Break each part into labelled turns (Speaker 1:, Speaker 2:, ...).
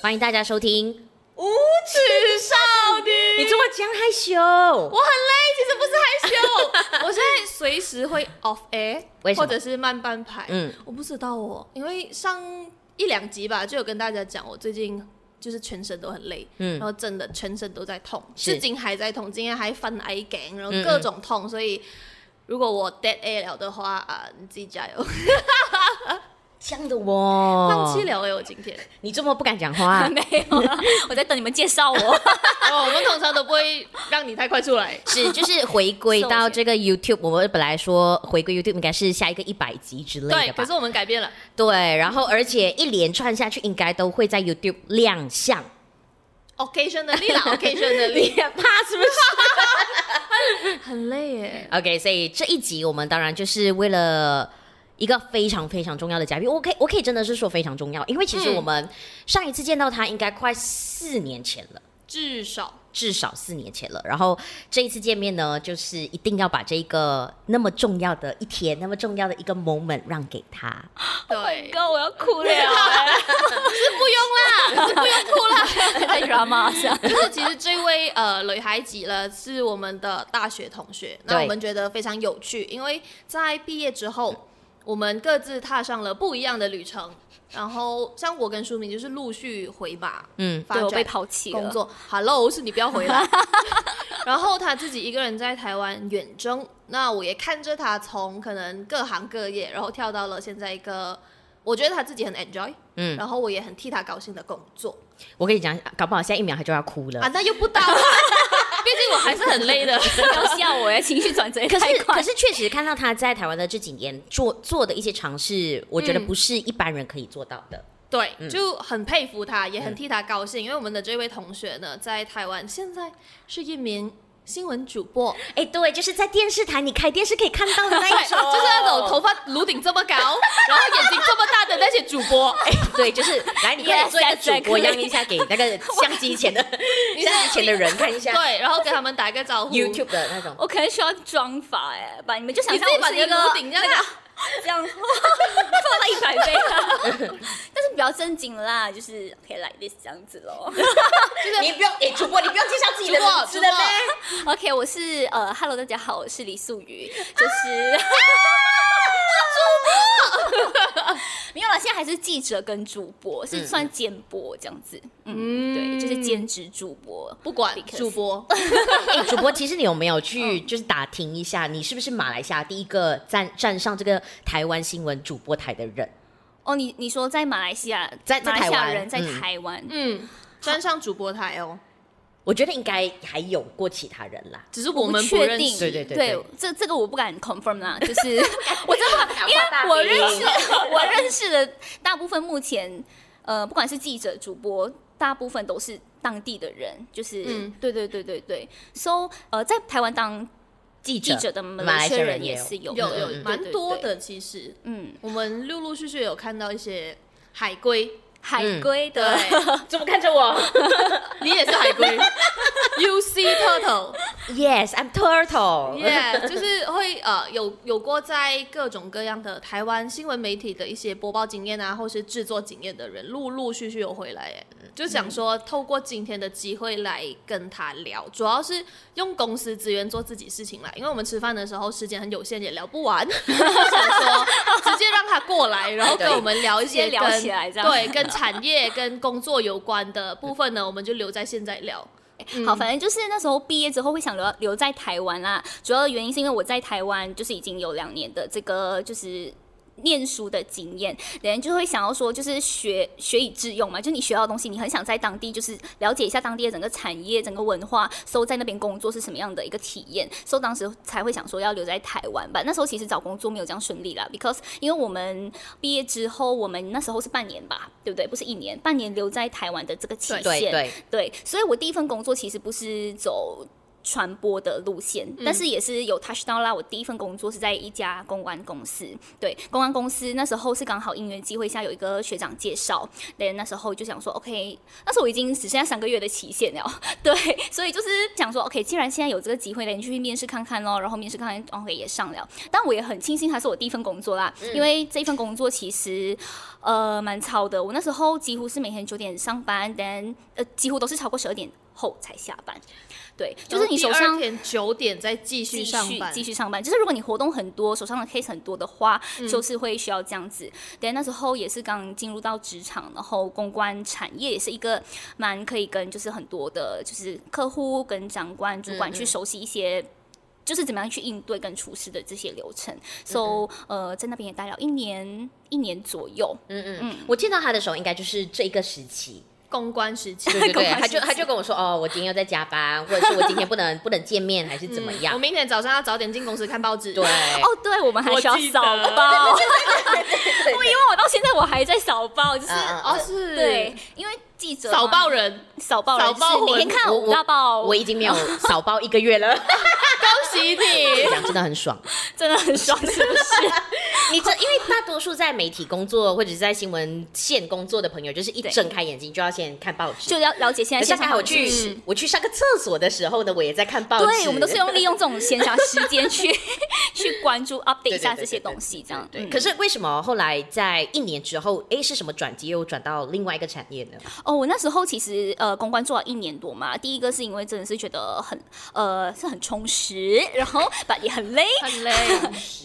Speaker 1: 欢迎大家收听。
Speaker 2: 无耻少女，
Speaker 1: 你这么讲害羞，
Speaker 2: 我很累，其实不是害羞，我现在随时会 off air，
Speaker 1: 为什么
Speaker 2: 或者是慢半拍。
Speaker 1: 嗯，
Speaker 2: 我不知道哦，因为上一两集吧，就有跟大家讲，我最近就是全身都很累，
Speaker 1: 嗯
Speaker 2: 然后真的全身都在痛，
Speaker 1: 是
Speaker 2: 至今还在痛，今天还翻挨颈，然后
Speaker 1: 嗯嗯
Speaker 2: 各种痛，所以如果我 dead air 了的话啊，你自己加油，
Speaker 1: 这样的我
Speaker 2: 放弃了哎、我今天、
Speaker 1: 你这么不敢讲话，
Speaker 3: 没有啦，我在等你们介绍我。
Speaker 2: 哦，我们通常都不会让你太快出来，
Speaker 1: 是就是回归
Speaker 2: 受
Speaker 1: 到
Speaker 2: 限
Speaker 1: 这 个 YouTube，我们本来说回归 YouTube 应该是下一个一百集之类
Speaker 2: 对，
Speaker 1: 的
Speaker 2: 可
Speaker 1: 吧
Speaker 2: 是？我们改变了。
Speaker 1: 对，然后而且一连串下去应该都会在 YouTube 亮相，
Speaker 2: occasionally 啦，occasionally
Speaker 1: 怕是不是
Speaker 2: 很累耶。
Speaker 1: ？OK，所以这一集我们当然就是为了。一个非常非常重要的嘉宾，我可以我可以真的是说非常重要，因为其实
Speaker 2: 嗯
Speaker 1: 我们上一次见到他应该快四年前了。
Speaker 2: 至少
Speaker 1: 至少四年前了。然后这一次见面呢，就是一定要把这个那么重要的一天、那么重要的一个 moment 让给他。
Speaker 2: 对，
Speaker 3: 哥，我要哭了、是不用啦，是不用哭啦，太 drama 是啊。
Speaker 2: 就是其实这位呃女孩子了，是我们的大学同学，那
Speaker 1: 对
Speaker 2: 我们觉得非常有趣，因为在毕业之后，我们各自踏上了不一样的旅程。然后像我跟舒明就是陆续回马，
Speaker 1: 嗯
Speaker 2: 发
Speaker 3: 对我被
Speaker 2: 展
Speaker 3: 抛弃了
Speaker 2: 工作。Hello，是你不要 回来。然后他自己一个人在台湾远征，那我也看着他从可能各行各业，然后跳到了现在一个，我觉得他自己很 enjoy，
Speaker 1: 嗯
Speaker 2: 然后我也很替他高兴的工作
Speaker 1: 我跟你讲，搞不好下一秒他就要哭了。
Speaker 2: 啊，那又 不到，毕竟我还是很累的。
Speaker 3: 不要笑我呀，情绪转折也
Speaker 1: 可
Speaker 3: 太
Speaker 1: 是，哎可
Speaker 3: 快。
Speaker 1: 是确实看到他在台湾的这几年做做的一些尝试，我觉得
Speaker 2: 嗯
Speaker 1: 不是一般人可以做到的。
Speaker 2: 对，就很佩服他，也很替他高
Speaker 1: 嗯
Speaker 2: 兴，因为我们的这位同学呢，在台湾现在是一名新闻主播，
Speaker 1: 哎、对，就是在电视台你开电视可以看到的那
Speaker 2: 对，
Speaker 1: 一
Speaker 2: 就是
Speaker 1: 种，
Speaker 2: 那种头发颅顶这么 高，然后眼睛这么大的那些主播，
Speaker 1: 哎对，就是来你快点
Speaker 3: Yes,
Speaker 1: 做一个
Speaker 3: yes,
Speaker 1: 主播，
Speaker 3: exactly.
Speaker 1: 让一下给那个相机 前的相机前的人看一下
Speaker 2: 对，然后给他们打一个招呼。
Speaker 1: YouTube 的那种。
Speaker 3: 我可能需要妆法哎，把你们就想
Speaker 2: 你自
Speaker 3: 象
Speaker 2: 己
Speaker 3: 我
Speaker 2: 把
Speaker 3: 是
Speaker 2: 你
Speaker 3: 一
Speaker 2: 的颅
Speaker 3: 个
Speaker 2: 顶这样
Speaker 3: 那个这样 放到一百倍啊。 但是比较正经啦，就是可以 like this 这样子咯。
Speaker 1: 你不用，哎、主播，你不用介绍自己的
Speaker 2: 主播
Speaker 1: 名字了
Speaker 2: 主
Speaker 1: 呗。
Speaker 2: 播
Speaker 3: OK，我是呃，Hello，大家好，我是李素瑜，
Speaker 1: 啊
Speaker 3: 就是。 没有了，现在还是记者跟主播，是
Speaker 1: 嗯
Speaker 3: 算兼播这样子。嗯，对，就是兼职主播。
Speaker 2: 不管嗯
Speaker 3: Because-
Speaker 2: 主播，
Speaker 1: 哎、主播，其实你有没有去就是打听一下，你是不是马来西亚第一个站站上这个台湾新闻主播台的人？
Speaker 3: 哦，你你说在马来西亚，
Speaker 1: 在在
Speaker 3: 马来
Speaker 1: 台
Speaker 3: 西亚
Speaker 1: 湾
Speaker 3: 人在
Speaker 1: 嗯
Speaker 3: 台湾，
Speaker 2: 嗯，站上主播台哦，
Speaker 1: 我觉得应该还有过其他人啦。
Speaker 2: 只是我们
Speaker 3: 确
Speaker 2: 认
Speaker 3: 定，
Speaker 2: 识。
Speaker 1: 对对对对
Speaker 3: 这这个我不敢 confirm 啦，就是 我真的
Speaker 1: 敢，画
Speaker 3: 因为我
Speaker 1: 大饼
Speaker 3: 认识 我认识的大部分目前呃，不管是记者、主播，大部分都是当地的人，就是、
Speaker 2: 嗯
Speaker 3: 对对对对对，so 呃，在台湾当
Speaker 1: 记者，
Speaker 3: 记者的马
Speaker 1: 马来
Speaker 3: 来西
Speaker 1: 西
Speaker 3: 亚
Speaker 1: 亚
Speaker 3: 人
Speaker 1: 人
Speaker 3: 也
Speaker 1: 有
Speaker 3: 是有
Speaker 2: 有
Speaker 3: 的
Speaker 2: 有
Speaker 3: 对
Speaker 2: 蛮
Speaker 3: 对
Speaker 2: 多
Speaker 3: 对
Speaker 2: 的，其实
Speaker 3: 嗯，
Speaker 2: 我们陆陆续续有看到一些海龟，
Speaker 3: 海归
Speaker 2: 嗯对
Speaker 3: 的，，
Speaker 1: 怎么看着我
Speaker 2: 你也是海 龟，UC Turtle，
Speaker 1: ？Yes，I'm turtle。
Speaker 2: 耶，就是会呃有有过在各种各样的台湾新闻媒体的一些播报经验啊，或是制作经验的人，陆陆续续有回来，哎，就想说透过今天的机会来跟他聊，主要是用公司资源做自己事情啦，因为我们吃饭的时候时间很有限，也聊不完， 就想说直接让他过来，然后跟我们聊一些
Speaker 3: 直接聊
Speaker 2: 跟
Speaker 3: 起来这样
Speaker 2: 对跟产业跟工作有关的部分呢，我们就留在现在聊。
Speaker 3: 好，反正就是那时候毕业之后会想留留在台湾啦，主要的原因是因为我在台湾就是已经有两年的这个就是。念书的经验，人就会想要说，就是学学以致用嘛，就你学到的东西，你很想在当地就是了解一下当地的整个产业、整个文化，收在那边工作是什么样的一个体验，所以当时才会想说要留在台湾吧。那时候其实找工作没有这样顺利啦，because 因为我们毕业之后，我们那时候是半年吧，对不对？不是一年，半年留在台湾的这个期限，
Speaker 1: 对对，
Speaker 3: 对，所以我第一份工作其实不是走传播的路线，但是也是有 touch 到啦。我第一份工作是在一家公关公司，对，公关公司那时候是刚好因缘机会下有一个学长介绍，对，那时候就想说 OK，那时候我已经只剩下三个月的期限了，对，所以就是想说 OK，既然现在有这个机会了，你去面试看看咯，然后面试看看 OK 也上了，但我也很庆幸它是我第一份工作啦，因为这一份工作其实呃蛮超的，我那时候几乎是每天九点上班，但呃几乎都是超过十二点后才下班，对，就是你手
Speaker 2: 然
Speaker 3: 上
Speaker 2: 后第二天九点再继
Speaker 3: 继
Speaker 2: 续
Speaker 3: 续
Speaker 2: 上班，
Speaker 3: 继续上班。就是如果你活动很多，手上的 case 很多的话，
Speaker 2: 嗯
Speaker 3: 就是会需要这样子。对，那时候也是刚进入到职场，然后公关产业也是一个蛮可以跟就是很多的，就是客户跟长官、主
Speaker 2: 嗯
Speaker 3: 管去熟悉一些。就是怎么样去应对跟处事的这些流程，so
Speaker 2: 嗯
Speaker 3: 呃，在那边也待了一年一年左右，
Speaker 2: 嗯
Speaker 1: 我见到他的时候，应该就是这一个时期。
Speaker 2: 公关时期。
Speaker 1: 对对对，
Speaker 3: 关
Speaker 1: 他就
Speaker 3: 系
Speaker 1: 他就跟我说，哦，我今天要在加班，或者是我今天不能 不能见面，还是怎么
Speaker 2: 嗯我
Speaker 1: 样？
Speaker 2: 明天早上要早点进公司看报纸。
Speaker 1: 对，
Speaker 3: 哦，对，我们还
Speaker 2: 我
Speaker 3: 需要
Speaker 2: 记
Speaker 3: 扫
Speaker 2: 得
Speaker 3: 包，
Speaker 1: 对
Speaker 3: 因为我到现在我还在扫包，就是、
Speaker 1: 嗯嗯
Speaker 2: 哦，是，
Speaker 3: 对，，因为记者
Speaker 2: 早
Speaker 3: 嘛
Speaker 2: 报人，
Speaker 3: 扫爆人
Speaker 2: 扫爆
Speaker 3: 士每
Speaker 2: 我
Speaker 3: 天看
Speaker 1: 我
Speaker 3: 五大报，
Speaker 1: 我已经没有 少包一个月了，
Speaker 2: 恭喜你。
Speaker 1: 这样真的很爽。
Speaker 3: 真的很爽，是不 是？
Speaker 1: 你这因为大多数在媒体工作或者是在新闻线工作的朋友，就是一
Speaker 3: 对
Speaker 1: 睁开眼睛就要先看报纸。
Speaker 3: 就要了解现在
Speaker 1: 像刚
Speaker 3: 现场
Speaker 1: 才我
Speaker 3: 环境
Speaker 1: 去、我去上个厕所的时候呢，我也在看报纸。
Speaker 3: 嗯对，我们都是用利用这种闲暇时 间去去关注 update 一
Speaker 1: 对对
Speaker 3: 下
Speaker 1: 对
Speaker 3: 这些
Speaker 1: 对对
Speaker 3: 东西，这样。
Speaker 1: 对，
Speaker 3: 嗯
Speaker 1: 可是为什么后来在一年之后，哎，是什么转机又转到另外一个产业呢？
Speaker 3: 哦，我那时候其实呃公关做了一年多嘛，第一个是因为真的是觉得很呃是很充实，然后 but 也很累，
Speaker 2: 很累，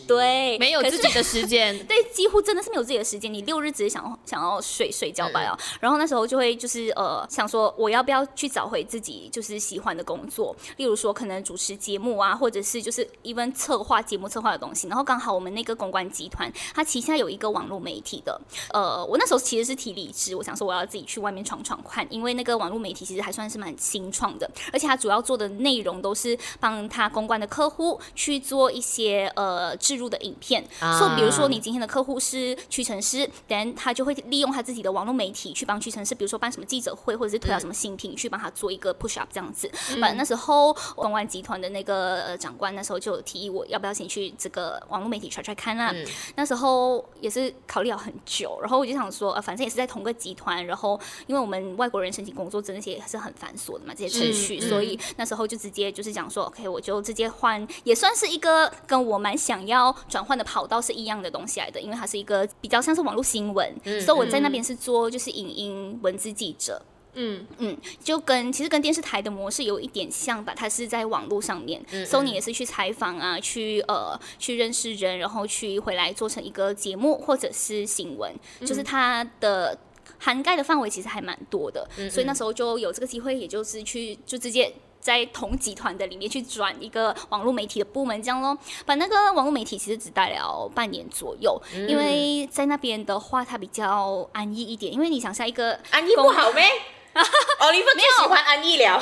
Speaker 3: 对，
Speaker 2: 没有
Speaker 3: 可
Speaker 2: 自
Speaker 3: 是
Speaker 2: 己的时间。
Speaker 3: 对，几乎真的是没有自己的时间，你六日只是想要想要睡睡觉罢了。然后那时候就会就是呃想说，我要不要去找回自己就是喜欢的工作，例如说可能主持节目啊，或者是就是 even 策划节目策划的东西。然后刚好我们那个公关集团，它旗下有一个网络媒体的，呃，我那时候其实是提离职，我想说我要自己去外面闯闯看，因为那个网络媒体其实还算是蛮新创的，而且它主要做的内容都是帮他公关的客户去做一些呃置入的影片，
Speaker 1: 啊
Speaker 3: 所以比如说你今天的客户是屈臣氏，then 他就会利用他自己的网络媒体去帮屈臣氏，比如说办什么记者会或者是推销什么新品，去帮他做一个 push up 这样子。反正那时候公关集团的那个、呃、长官那时候就有提议我要不要先去这个网络媒体 try try 看啊，那时候也是考虑了很久，然后我就想说，呃，反正也是在同个集团，然后因为我们外国人申请工作真的是也是很繁琐的嘛，这些程序，
Speaker 2: 嗯
Speaker 3: 所以那时候就直接就是讲说，OK，我就直接换，也算是一个跟我蛮想要转换的跑道是一样的东西来的，因为它是一个比较像是网络新闻，所以我在那边是做就是影音文字记者。
Speaker 2: 嗯，
Speaker 3: 嗯，就跟其实跟电视台的模式有一点像吧，它是在网络上面，所以你也是去采访啊，去呃去认识人，然后去回来做成一个节目或者是新闻，就是它的。涵盖的范围其实还蛮多的，所以那时候就有这个机会，也就是去就直接在同集团的里面去转一个网络媒体的部门，这样咯。把那个网络媒体其实只待了半年左右，因为在那边的话，它比较安逸一点，因为你想下一个
Speaker 1: 安逸不好呗。奥利弗最喜欢安逸了，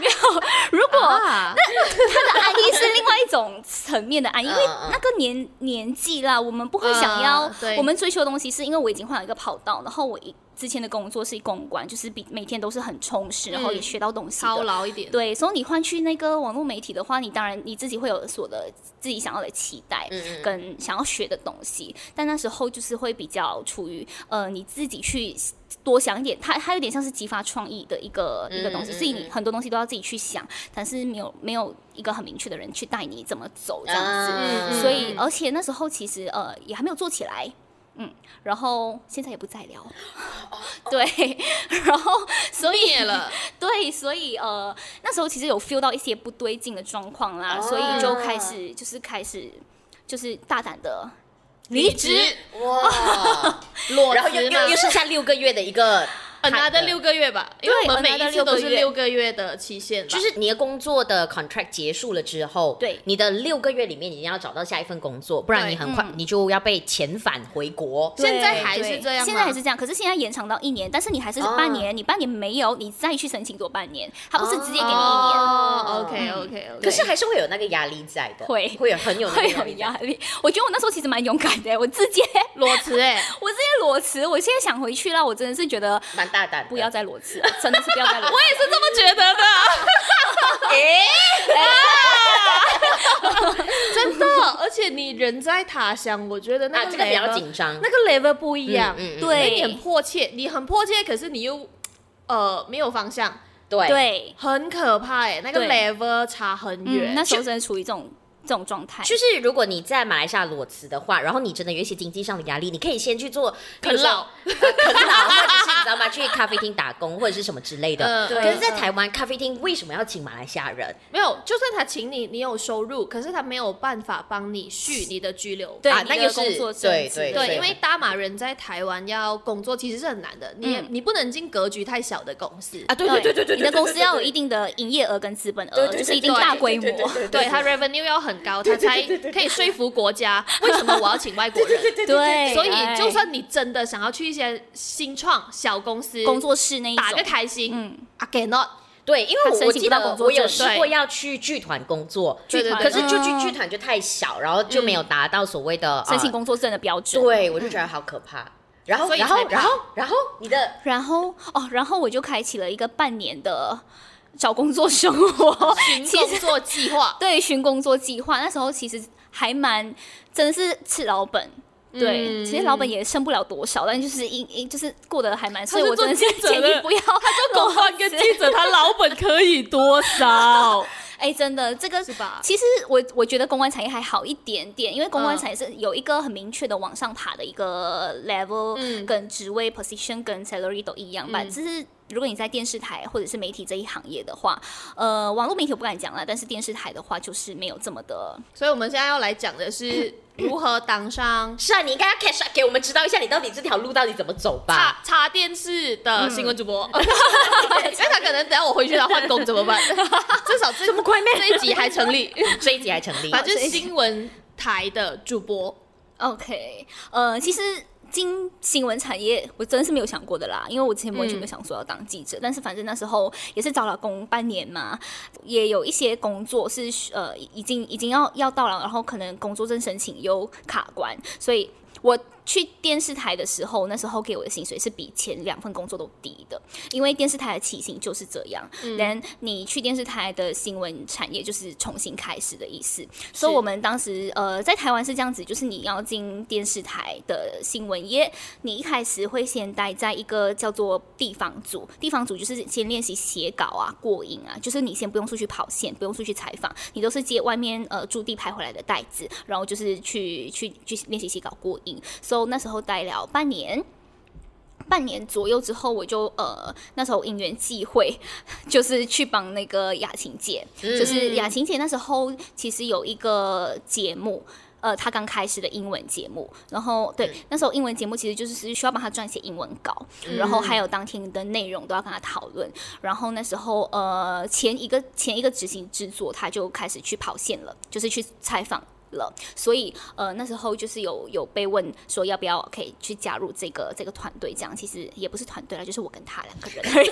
Speaker 3: 没有，如果
Speaker 2: 哇，
Speaker 3: 他的安逸是另外一种层面的安逸，因为
Speaker 1: 嗯嗯嗯
Speaker 3: 那个年年纪啦，我们不会想要
Speaker 2: 嗯，对
Speaker 3: 我们追求的东西是因为我已经换了一个跑道，然后我一之前的工作是公关，就是比每天都是很充实，然后也学到东西
Speaker 2: 操
Speaker 3: 的。
Speaker 2: 劳一点。
Speaker 3: 对，所以你换去那个网络媒体的话，你当然你自己会有所的自己想要的期待，
Speaker 2: 嗯
Speaker 3: 跟想要学的东西。但那时候就是会比较处于呃你自己去多想一点，它它有点像是激发创意的一个、
Speaker 2: 嗯
Speaker 3: 一个东西，所以你很多东西都要自己去想，但是没有没有一个很明确的人去带你怎么走这样子。
Speaker 2: 嗯
Speaker 1: 啊
Speaker 3: 所以呃而且那时候其实呃也还没有做起来。嗯，然后现在也不在了，
Speaker 2: 哦
Speaker 3: 对，然后所以
Speaker 2: 灭了，
Speaker 3: 对，所以呃，那时候其实有 feel 到一些不对劲的状况啦，
Speaker 1: 哦
Speaker 3: 所以就开始就是开始就是大胆的
Speaker 2: 离职，
Speaker 1: 哇！
Speaker 2: 裸
Speaker 1: 然后又
Speaker 2: 辞嘛
Speaker 1: 又又剩下六个月的一个，
Speaker 2: ，another 六个月吧，因为我们每
Speaker 3: another
Speaker 2: 一次都是
Speaker 3: 六
Speaker 2: 六个月的期限吧，
Speaker 1: 就是你的工作的 contract 结束了之后，
Speaker 3: 对
Speaker 1: 你的六个月里面你一定要找到下一份工作，不然你很快、你就要被遣返回国。
Speaker 2: 对现在
Speaker 3: 嗯对
Speaker 2: 还是
Speaker 3: 对
Speaker 2: 这样吗
Speaker 3: 现在还是这样，可是现在延长到一年，但是你还是半年，你半年没有，你再去申请多半年，他不是直接给你一年，
Speaker 2: 哦，OK OK OK，
Speaker 1: 可是还是会有那个压力在的，
Speaker 3: 会
Speaker 1: 会有很有那个 压力
Speaker 3: 会有
Speaker 1: 在
Speaker 3: 压力。我觉得我那时候其实蛮勇敢的，我直接
Speaker 2: 裸辞哎，
Speaker 3: 我直接裸辞，我现在想回去啦，我真的是觉得
Speaker 1: 蛮大胆的。
Speaker 3: 不要再裸辞了，真的是不要再裸辞。
Speaker 2: 我也是这么觉得的，
Speaker 1: 啊
Speaker 2: 真的，而且你人在他乡，我觉得那
Speaker 1: 啊，
Speaker 2: 个
Speaker 1: 这个比较
Speaker 2: level-
Speaker 1: 紧张。
Speaker 2: 那个 level 不一样，
Speaker 1: 嗯嗯嗯
Speaker 2: 因为
Speaker 3: 对
Speaker 2: 你很迫切，你很迫切，可是你又呃没有方向，
Speaker 1: 对
Speaker 3: 对，
Speaker 2: 很可怕哎、那个
Speaker 3: 对
Speaker 2: level 差很远、
Speaker 3: 嗯，那时候真的处于这种这种状态，
Speaker 1: 就是如果你在马来西亚裸辞的话，然后你真的有一些经济上的压力，你可以先去做
Speaker 2: 啃老，
Speaker 1: 比如说呃啃老，或者是你知道吗？去咖啡厅打工或者是什么之类的。
Speaker 2: 嗯
Speaker 3: 对
Speaker 1: 可是，在台湾咖啡厅为什么要请马来西亚人？
Speaker 2: 没有，就算他请你，你有收入，可是他没有办法帮你续你的居留。
Speaker 3: 对
Speaker 1: 啊
Speaker 3: 你
Speaker 1: 那
Speaker 3: 的
Speaker 1: 又是
Speaker 3: 工作证
Speaker 1: 对
Speaker 3: 之
Speaker 1: 对
Speaker 3: 类的
Speaker 2: 对，因为大马人在台湾要工作其实是很难的，你也、
Speaker 3: 嗯
Speaker 2: 你不能进格局太小的公司。
Speaker 1: 啊，对对对对对，
Speaker 3: 你的公司要有一定的营业额跟资本
Speaker 1: 对
Speaker 3: 额，
Speaker 1: 对对
Speaker 3: 就是一定大规模
Speaker 1: 对。对 对对
Speaker 2: 对他 revenue 要很高，他才可以说服国家为什么我要请外国人。
Speaker 3: 对，
Speaker 2: 所
Speaker 3: 哎
Speaker 2: 以，就算你真的想要去一些新创小公司
Speaker 3: 工作室那一
Speaker 2: 打个
Speaker 3: 种，
Speaker 2: 开心
Speaker 3: 嗯，
Speaker 2: 啊，cannot，
Speaker 1: 对，因为
Speaker 3: 他
Speaker 1: 我
Speaker 3: 申
Speaker 1: 我
Speaker 3: 请
Speaker 1: 记
Speaker 3: 不到
Speaker 1: 得
Speaker 3: 工作
Speaker 1: 我有
Speaker 3: 证
Speaker 1: 试
Speaker 2: 对
Speaker 1: 过要去剧团工作，
Speaker 3: 剧团
Speaker 1: 可是就去
Speaker 3: 嗯
Speaker 1: 剧团就太小，然后就没有达到所谓的
Speaker 3: 申请。
Speaker 1: 呃
Speaker 3: 工作证嗯的标准。
Speaker 1: 对，我就觉得好可怕。然后，
Speaker 2: 所以
Speaker 1: 然后，
Speaker 2: 才
Speaker 1: 然后，然后你的
Speaker 3: 然后哦，然后我就开启了一个半年的找工作生活，
Speaker 2: 寻
Speaker 3: 其
Speaker 2: 工
Speaker 3: 实
Speaker 2: 作计划。
Speaker 3: 对寻工作计划。那时候其实还蛮真的是吃老本。对，
Speaker 2: 嗯
Speaker 3: 其实老本也剩不了多少，但就是一一就是过得还蛮，所以
Speaker 2: 是
Speaker 3: 我真的是
Speaker 2: 做记者
Speaker 3: 建
Speaker 2: 的
Speaker 3: 议不要。他
Speaker 2: 公关跟记者，他老本可以多少？
Speaker 3: 哎，真的这个
Speaker 2: 是吧
Speaker 3: 其实我我觉得公关产业还好一点点，因为公关
Speaker 2: 嗯
Speaker 3: 产业是有一个很明确的往上爬的一个 level，、
Speaker 2: 嗯
Speaker 3: 跟职位 position 跟 salary 都一样吧。
Speaker 2: 嗯
Speaker 3: 只是如果你在电视台或者是媒体这一行业的话，呃，网络媒体我不敢讲了，但是电视台的话就是没有这么的。
Speaker 2: 所以我们现在要来讲的 是如何当上
Speaker 1: 是啊，你应该要 cash up 给我们知道一下，你到底这条路到底怎么走
Speaker 3: 啊
Speaker 1: 吧。
Speaker 2: 插插电视
Speaker 3: 嗯
Speaker 2: 的新闻主 播， 因为他可能等下我回去他换工怎么办？至少这
Speaker 1: 这么快咩
Speaker 2: 这一集还成 立，
Speaker 1: 嗯这一集还成立，
Speaker 2: 反正新闻台的主播
Speaker 3: OK，呃，其实。经新闻产业，我真的是没有想过的啦，因为我之前完全没有想说要当记者，但是反正那时候也是找了工半年嘛，也有一些工作是呃已经已经要要到了，然后可能工作证申请又卡关，所以我去电视台的时候，那时候给我的薪水是比前两份工作都低的，因为电视台的起薪就是这样，但、你去电视台的新闻产业就是重新开始的意思，所以我们当时呃在台湾是这样子，就是你要进电视台的新闻业，你一开始会先待在一个叫做地方组，地方组就是先练习写稿啊、过影啊，就是你先不用出去跑线，不用出去采访，你都是接外面呃驻地拍回来的袋子，然后就是去去去练习写稿过影。所、以那时候待了半年。半年左右之后，我就呃那时候因缘际会， 就是去帮那个雅琴姐，
Speaker 1: 嗯
Speaker 3: 就是雅琴姐那时候其实有一个节目。呃，她刚开始的英文节目，然后对、那时候英文节目其实就是需要帮她撰写英文稿，然后还有当天的内容都要跟她讨论。然后那时候呃，前一个前一个执行制作他就开始去跑线了，就是去采访了。所以呃那时候就是有有被问说要不要可以去加入这个这个团队，这样其实也不是团队了，就是我跟他两个人而已。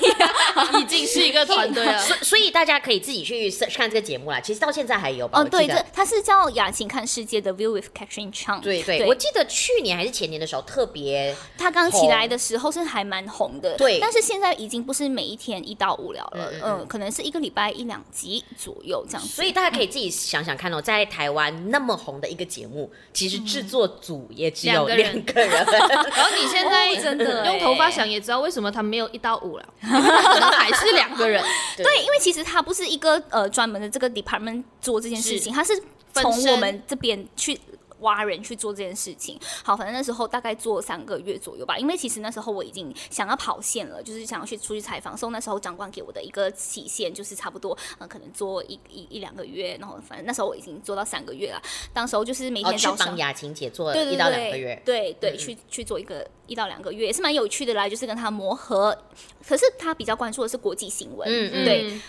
Speaker 2: 已经是一个团队啊
Speaker 3: 啊
Speaker 2: 了。
Speaker 1: 所所以大家可以自己去 search 看这个节目啦。其实到现在还有吧？
Speaker 3: 哦，
Speaker 1: 我记
Speaker 3: 对，
Speaker 1: 得
Speaker 3: 这它是叫《雅琴看世界》的 View with Catherine Chang。
Speaker 1: 对对我记得去年还是前年的时候特别
Speaker 3: 它刚起来的时候是还蛮红的，
Speaker 1: 对
Speaker 3: 但是现在已经不是每一天一到五了了，
Speaker 1: 嗯
Speaker 3: 嗯
Speaker 1: 嗯嗯
Speaker 3: 可能是一个礼拜一两集左右这样子。
Speaker 1: 所以大家可以自己想想看哦，在台湾那么红的一个节目，其实制作组也只有
Speaker 2: 两个人
Speaker 1: 两个 人，
Speaker 2: 然后你现在嗯
Speaker 3: 哦真的
Speaker 2: 用
Speaker 3: 欸
Speaker 2: 头发想也知道为什么他没有一到五了，可能还是两个人。
Speaker 3: 对，因为其实它不是一个呃专门的这个 department 做这件事情，它是
Speaker 2: 分
Speaker 3: 从
Speaker 2: 身
Speaker 3: 我们这边去。挖人去做这件事情，好，反正那时候大概做三个月左右吧，因为其实那时候我已经想要跑线了，就是想要去出去采访，所以那时候长官给我的一个期限就是差不多，呃，可能做一一一两个月，然后反正那时候我已经做到三个月了，当时候就是每
Speaker 1: 哦，
Speaker 3: 天
Speaker 1: 去
Speaker 3: 早上、
Speaker 1: 帮雅琴姐做
Speaker 3: 对对
Speaker 1: 一到两个月。
Speaker 3: 对对
Speaker 1: 嗯嗯
Speaker 3: 去去做一个一到两个月也是蛮有趣的啦，就是跟他磨合。可是他比较关注的是国际新闻，
Speaker 1: 嗯嗯
Speaker 3: 对，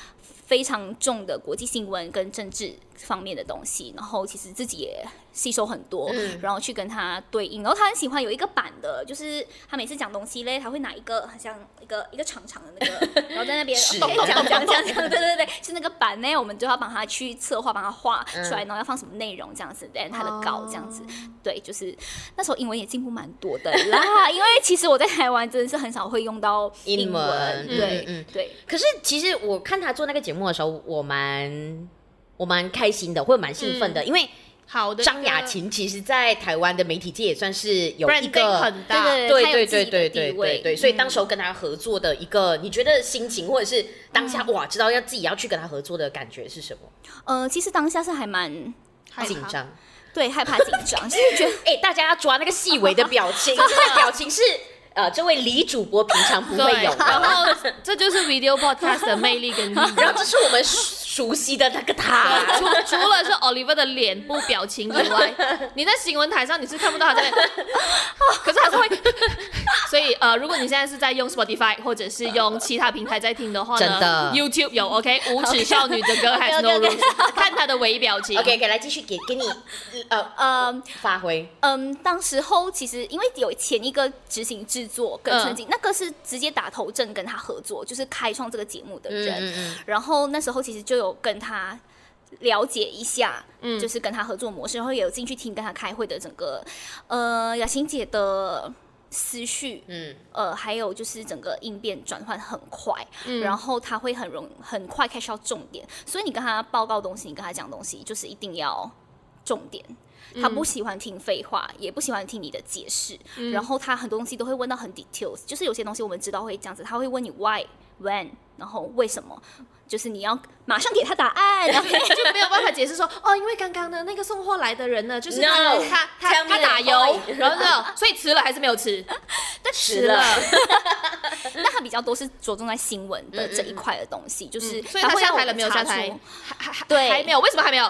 Speaker 3: 非常重的国际新闻跟政治方面的东西。然后其实自己也吸收很多，
Speaker 1: 嗯
Speaker 3: 然后去跟他对应。然后他很喜欢有一个板的，就是他每次讲东西嘞，他会拿一个很像一个一个长长的 那个，然后在那边
Speaker 1: 是
Speaker 3: 哦讲讲讲讲，对对对，是那个板呢，我们就要帮他去策划，帮他画
Speaker 1: 嗯
Speaker 3: 出来，然后要放什么内容这样子，然后他的稿这
Speaker 1: 哦
Speaker 3: 样子。对，就是那时候英文也进步蛮多的啦，因为其实我在台湾真的是很少会用到
Speaker 1: 英
Speaker 3: 文，
Speaker 1: 文
Speaker 3: 对、
Speaker 1: 嗯嗯嗯
Speaker 3: 对，
Speaker 1: 可是其实我看他做那个节目的时候，我蛮我蛮开心的，或者蛮兴奋的，
Speaker 3: 嗯
Speaker 1: 因为
Speaker 2: 好的一个
Speaker 1: 张雅琴其实，在台湾的媒体界也算是有一
Speaker 2: branding
Speaker 1: 个。
Speaker 2: 很
Speaker 3: 对
Speaker 2: 大，
Speaker 3: 对
Speaker 1: 对
Speaker 3: 他
Speaker 1: 对
Speaker 3: 有自
Speaker 1: 对
Speaker 3: 己的
Speaker 1: 对
Speaker 3: 地
Speaker 1: 对
Speaker 3: 位
Speaker 1: 对
Speaker 3: 嗯
Speaker 1: 对，所以当时候跟他合作的一个，你觉得心情或者是当
Speaker 3: 嗯
Speaker 1: 下哇，知道要自己要去跟他合作的感觉是什么？
Speaker 3: 呃，其实当下是还蛮
Speaker 2: 害怕
Speaker 1: 紧张。
Speaker 3: 对害怕紧张，就是觉得
Speaker 1: 哎，大家要抓那个细微的表 情，这个表情是呃，这位李主播平常不会
Speaker 2: 对，
Speaker 1: 有的。
Speaker 2: 然后这就是 video podcast 的魅力跟 力
Speaker 1: 然
Speaker 2: 量。
Speaker 1: 后
Speaker 2: 啊
Speaker 1: 这是我们熟悉的那个他，
Speaker 2: 除除了是 Oliver 的脸部表情以外，你在新闻台上你是看不到他在，可是还是会。 所以呃，如果你现在是在用 Spotify 或者是用其他平台在听的话
Speaker 1: 真的
Speaker 2: 呢，YouTube 有 OK 无耻少女的歌 has no
Speaker 3: OK，OK，OK
Speaker 2: rules，看她的微表情。
Speaker 1: OK，OK，来继续给给你呃
Speaker 3: 嗯
Speaker 1: 发挥。
Speaker 3: 嗯，当时候其实因为有前一个执行制作跟
Speaker 2: 嗯
Speaker 3: 曾经、那个是直接打头阵跟他合作，就是开创这个节目的人，
Speaker 1: 嗯
Speaker 3: 然后那时候其实就有跟他了解一下，嗯，就是跟他合作模式，然后也有进去听跟他开会的整个，呃，雅欣姐的思绪，
Speaker 1: 嗯
Speaker 3: 呃，还有就是整个应变转换很快，
Speaker 2: 嗯
Speaker 3: 然后他会很容很快 catch 到重点，所以你跟他报告东西，你跟他讲东西，就是一定要重点。他
Speaker 2: 嗯
Speaker 3: 不喜欢听废话，也不喜欢听你的解释，然后他很多东西都会问到很 details，就是有些东西我们知道会这样子，他会问你 why、when，然后为什么，就是你要马上给他答案， 然后
Speaker 2: 就没有办法解释说哦，因为刚刚呢那个送货来的人呢，就是他
Speaker 1: No，
Speaker 2: 他他
Speaker 1: tell me
Speaker 2: 他打
Speaker 1: the
Speaker 2: 油，
Speaker 1: point
Speaker 2: 然后呢，所以吃了还是没有吃，
Speaker 3: 但
Speaker 1: 迟
Speaker 3: 迟
Speaker 1: 了
Speaker 3: 了。但他比较多是着重在新闻
Speaker 2: 嗯
Speaker 3: 的这一块的东西，就是
Speaker 2: 所以他
Speaker 3: 会让
Speaker 2: 下
Speaker 3: 我
Speaker 2: 台了
Speaker 3: 们
Speaker 2: 没有
Speaker 3: 查
Speaker 2: 下
Speaker 3: 出
Speaker 2: 台？还还还
Speaker 3: 对
Speaker 2: 还没有，为什么还没有？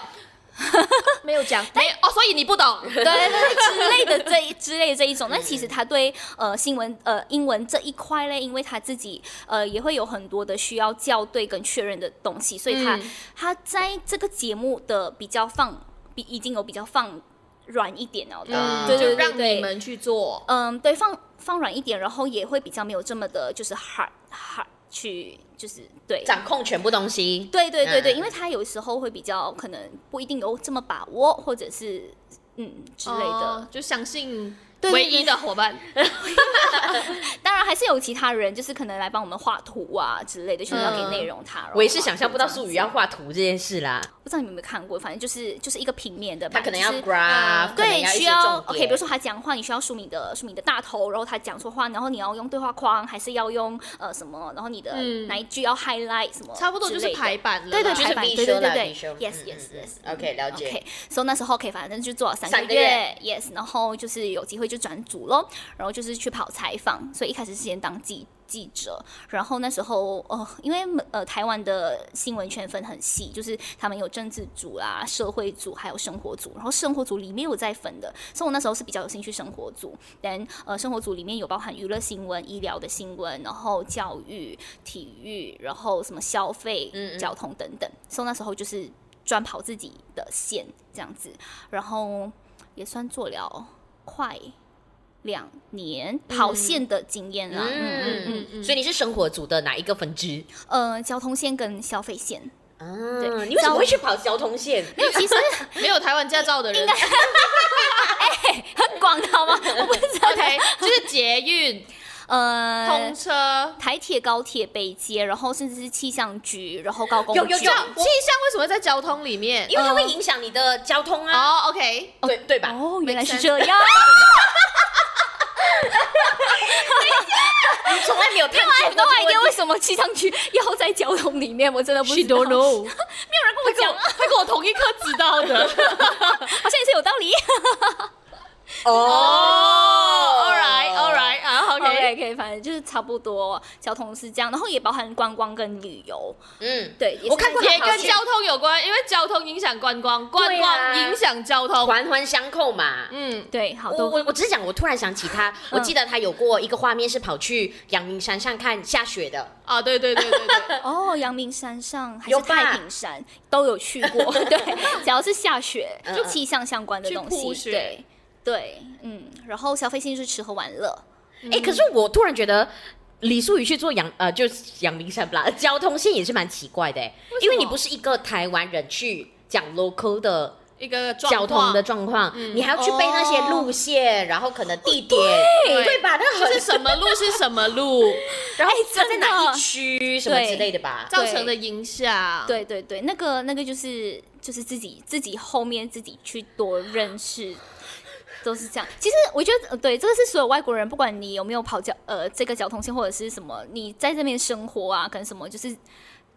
Speaker 1: 没有讲，
Speaker 2: 没有哦，所以你不懂。
Speaker 3: 对对对之类的这一之类的这一种。但其
Speaker 2: 嗯
Speaker 3: 实他对呃新闻呃英文这一块嘞，因为他自己呃也会有很多的需要校对跟确认的东西，所以他、
Speaker 2: 嗯
Speaker 3: 他在这个节目的比较放比已经有比较放软一点了的，
Speaker 1: 嗯
Speaker 3: 对对
Speaker 2: 就
Speaker 3: 对
Speaker 2: 让你
Speaker 3: 对，
Speaker 2: 们去做。
Speaker 3: 嗯对放放软一点，然后也会比较没有这么的就是 hard hard 去就是对
Speaker 1: 掌控全部东西。
Speaker 3: 对对对对，
Speaker 1: 嗯
Speaker 3: 因为他有时候会比较可能不一定有这么把握，或者是嗯之类的。
Speaker 2: 哦就相信
Speaker 3: 对对
Speaker 2: 唯一的伙伴，
Speaker 3: 当然还是有其他人，就是可能来帮我们画图啊之类的，就是要给内容他。然后
Speaker 1: 嗯我也是
Speaker 3: 画
Speaker 1: 想象
Speaker 3: 图
Speaker 1: 不到
Speaker 3: 这样
Speaker 1: 素
Speaker 3: 子
Speaker 1: 雨要，画图这件事啦，
Speaker 3: 不知道你们有没有看过，反正就是就是一个平面的吧，
Speaker 1: 他可能要
Speaker 3: 就是嗯
Speaker 1: graph，可能
Speaker 3: 对，
Speaker 1: 要一
Speaker 3: 需
Speaker 1: 些重
Speaker 3: OK，
Speaker 1: 点嗯
Speaker 3: 比如说他讲话，你需要署名的署名的大头，然后他讲错话，然后你要用对话框，还是要用呃什么，然后你的
Speaker 2: 嗯
Speaker 3: 哪一句要 highlight 什么，
Speaker 2: 差不多就是排。版了啦。
Speaker 3: 对对，
Speaker 1: 就是
Speaker 3: 排版，
Speaker 1: visual
Speaker 3: 对对对
Speaker 1: 啦
Speaker 3: 对
Speaker 1: visual
Speaker 3: ，yes
Speaker 1: 嗯
Speaker 3: yes
Speaker 1: 嗯
Speaker 3: yes。
Speaker 1: 嗯，OK，了解
Speaker 3: OK，所、so, 那时候 OK，反正就做了三
Speaker 1: 三
Speaker 3: 个
Speaker 1: 个
Speaker 3: 月，yes，然后就是有机会就转组咯，然后就是去跑采访，所以一开始是先当记记者，然后那时候哦，因为呃台湾的新闻圈分很细，就是他们有政治组啦、社会组，还有生活组，然后生活组里面有再分的，所以我那时候是比较有兴趣生活组，但呃生活组里面有包含娱乐新闻、医疗的新闻，然后教育、体育，然后什么消费、交通等等，所以那时候就是专跑自己的线这样子，然后也算做了快两年跑线的经验啦，嗯嗯嗯，
Speaker 1: 嗯嗯，所以你是生活组的哪一个分支？
Speaker 3: 呃，交通线跟消费线，
Speaker 1: 啊，
Speaker 3: 对
Speaker 1: 你为什么会去跑交通线？
Speaker 3: 没有，其实
Speaker 2: 没有台湾驾照的人
Speaker 3: 很广的好吗？我不知道，
Speaker 2: ，OK，就是捷运、
Speaker 3: 呃
Speaker 2: 通，车。
Speaker 3: 台铁、高铁、北捷，然后甚至是气象局，然后高工
Speaker 1: 有有
Speaker 3: 局
Speaker 1: 有
Speaker 2: 气象为什么会在交通里面？
Speaker 1: 因为它会影响你的交通啊，
Speaker 2: 哦，OK，
Speaker 1: 对对吧？
Speaker 3: 哦，原来
Speaker 2: make
Speaker 3: 是
Speaker 2: sense
Speaker 3: 这 样，
Speaker 1: 你从来没有探究过
Speaker 3: 那我
Speaker 1: 这
Speaker 3: 一定
Speaker 1: 个问
Speaker 3: 为
Speaker 1: 题。
Speaker 3: 什么气象局要在交通里面？我真的不
Speaker 2: She
Speaker 3: 知道，
Speaker 2: don't
Speaker 3: 好
Speaker 2: know，没有人跟我讲，他跟我同一科知道的。
Speaker 3: 啊像也是有道理。
Speaker 1: 哦哦
Speaker 2: All right, all 哦 right，啊，好，
Speaker 3: 后也可以，反正就是差不多交通是这样，然后也包含观光跟旅游，
Speaker 1: 嗯，
Speaker 3: 对，也
Speaker 1: 我
Speaker 3: 是
Speaker 1: 看过
Speaker 3: 这
Speaker 2: 也
Speaker 3: 样
Speaker 2: 跟交通有关，因为交通影响观光，观
Speaker 1: 对啊
Speaker 2: 光影响交通。
Speaker 1: 环环相扣嘛。
Speaker 2: 嗯，
Speaker 3: 对，好
Speaker 1: 我
Speaker 3: 多
Speaker 1: 我我只是讲，我突然想起他，我记得他有过一个画面是跑去阳明山上看下雪的，
Speaker 2: 啊，对对对对 对，
Speaker 3: 哦，阳明山上还
Speaker 1: 有
Speaker 3: 是
Speaker 1: 吧
Speaker 3: 太平山都有去 过，对，只要是下雪
Speaker 1: 嗯
Speaker 3: 就气象相关的
Speaker 2: 去
Speaker 3: 东
Speaker 2: 铺
Speaker 3: 西，
Speaker 2: 雪
Speaker 3: 对对，嗯，然后消费性就是吃喝玩乐，
Speaker 1: 哎、可是我突然觉得。李素宇去做阳呃，就是阳明山不啦，交通线也是蛮奇怪的、欸，
Speaker 2: 为什么
Speaker 1: 因为你不是一个台湾人去讲 local 的
Speaker 2: 一个状
Speaker 1: 交通
Speaker 2: 况
Speaker 1: 的状况，你还要去背那些路线，然后可能地点，对
Speaker 2: 对哎
Speaker 1: 吧？那
Speaker 2: 就
Speaker 1: 很
Speaker 2: 是什么路是什么 路
Speaker 1: 然后它
Speaker 3: 真
Speaker 1: 在
Speaker 3: 的
Speaker 1: 哪一区什么之类的吧？
Speaker 2: 造成的影响。，
Speaker 3: 对对对，那个那个就是就是自己自己后面自己去多认识，都是这样。其实我觉得呃对，这个是所有外国人，不管你有没有跑交呃这个交通线或者是什么，你在这边生活啊，跟什么就是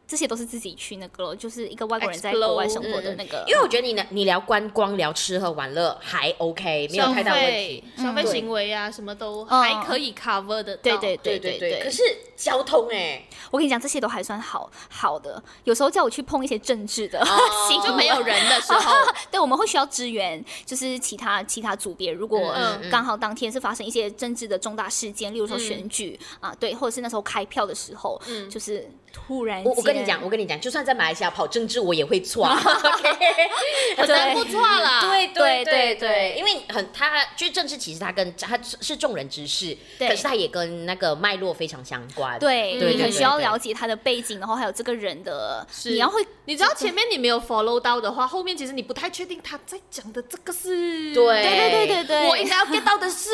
Speaker 3: 这些都是自己去那个咯，就是一个外国人在国外生活的那个，
Speaker 1: 因为我觉得你呢，你聊观光、聊吃喝玩乐还 OK，没有
Speaker 2: 消
Speaker 1: 太大问题嗯
Speaker 2: 费。、消费
Speaker 1: 对
Speaker 2: 行为啊，什么都
Speaker 3: 嗯
Speaker 2: 还可以 cover 的。
Speaker 3: 对对
Speaker 1: 对
Speaker 3: 对
Speaker 1: 对，可是交通哎、
Speaker 3: 我跟你讲，这些都还算好好的。有时候叫我去碰一些政治的 新闻，
Speaker 2: 就没有人的 时候，
Speaker 3: 对，我们会需要支援，就是其他其他组别，如果
Speaker 2: 嗯
Speaker 1: 嗯
Speaker 3: 刚好当天是发生一些政治的重大事件，例如说选举、啊，对，或者是那时候开票的时候，
Speaker 2: 嗯
Speaker 3: 就是突然
Speaker 1: 我我跟你
Speaker 3: 间
Speaker 1: 讲，我跟你讲，就算在马来西亚跑政治，我也会错啊。
Speaker 2: 很难不错啦。
Speaker 1: 对对对
Speaker 3: 对对
Speaker 1: 对，因为很他就是政治，其实他跟他是众人之事，
Speaker 3: 对
Speaker 1: 可是他也跟那个脉络非常相关。
Speaker 3: 对，
Speaker 1: 对
Speaker 3: 你
Speaker 1: 对对
Speaker 3: 很需要
Speaker 1: 对
Speaker 3: 了解他的背景，然后还有这个人的，
Speaker 2: 是
Speaker 3: 你要会
Speaker 2: 你知道前面你没有 follow 到的话，后面其实你不太确定他在讲的这个是
Speaker 1: 对
Speaker 3: 对对对对，
Speaker 2: 我应该要 get 到的是，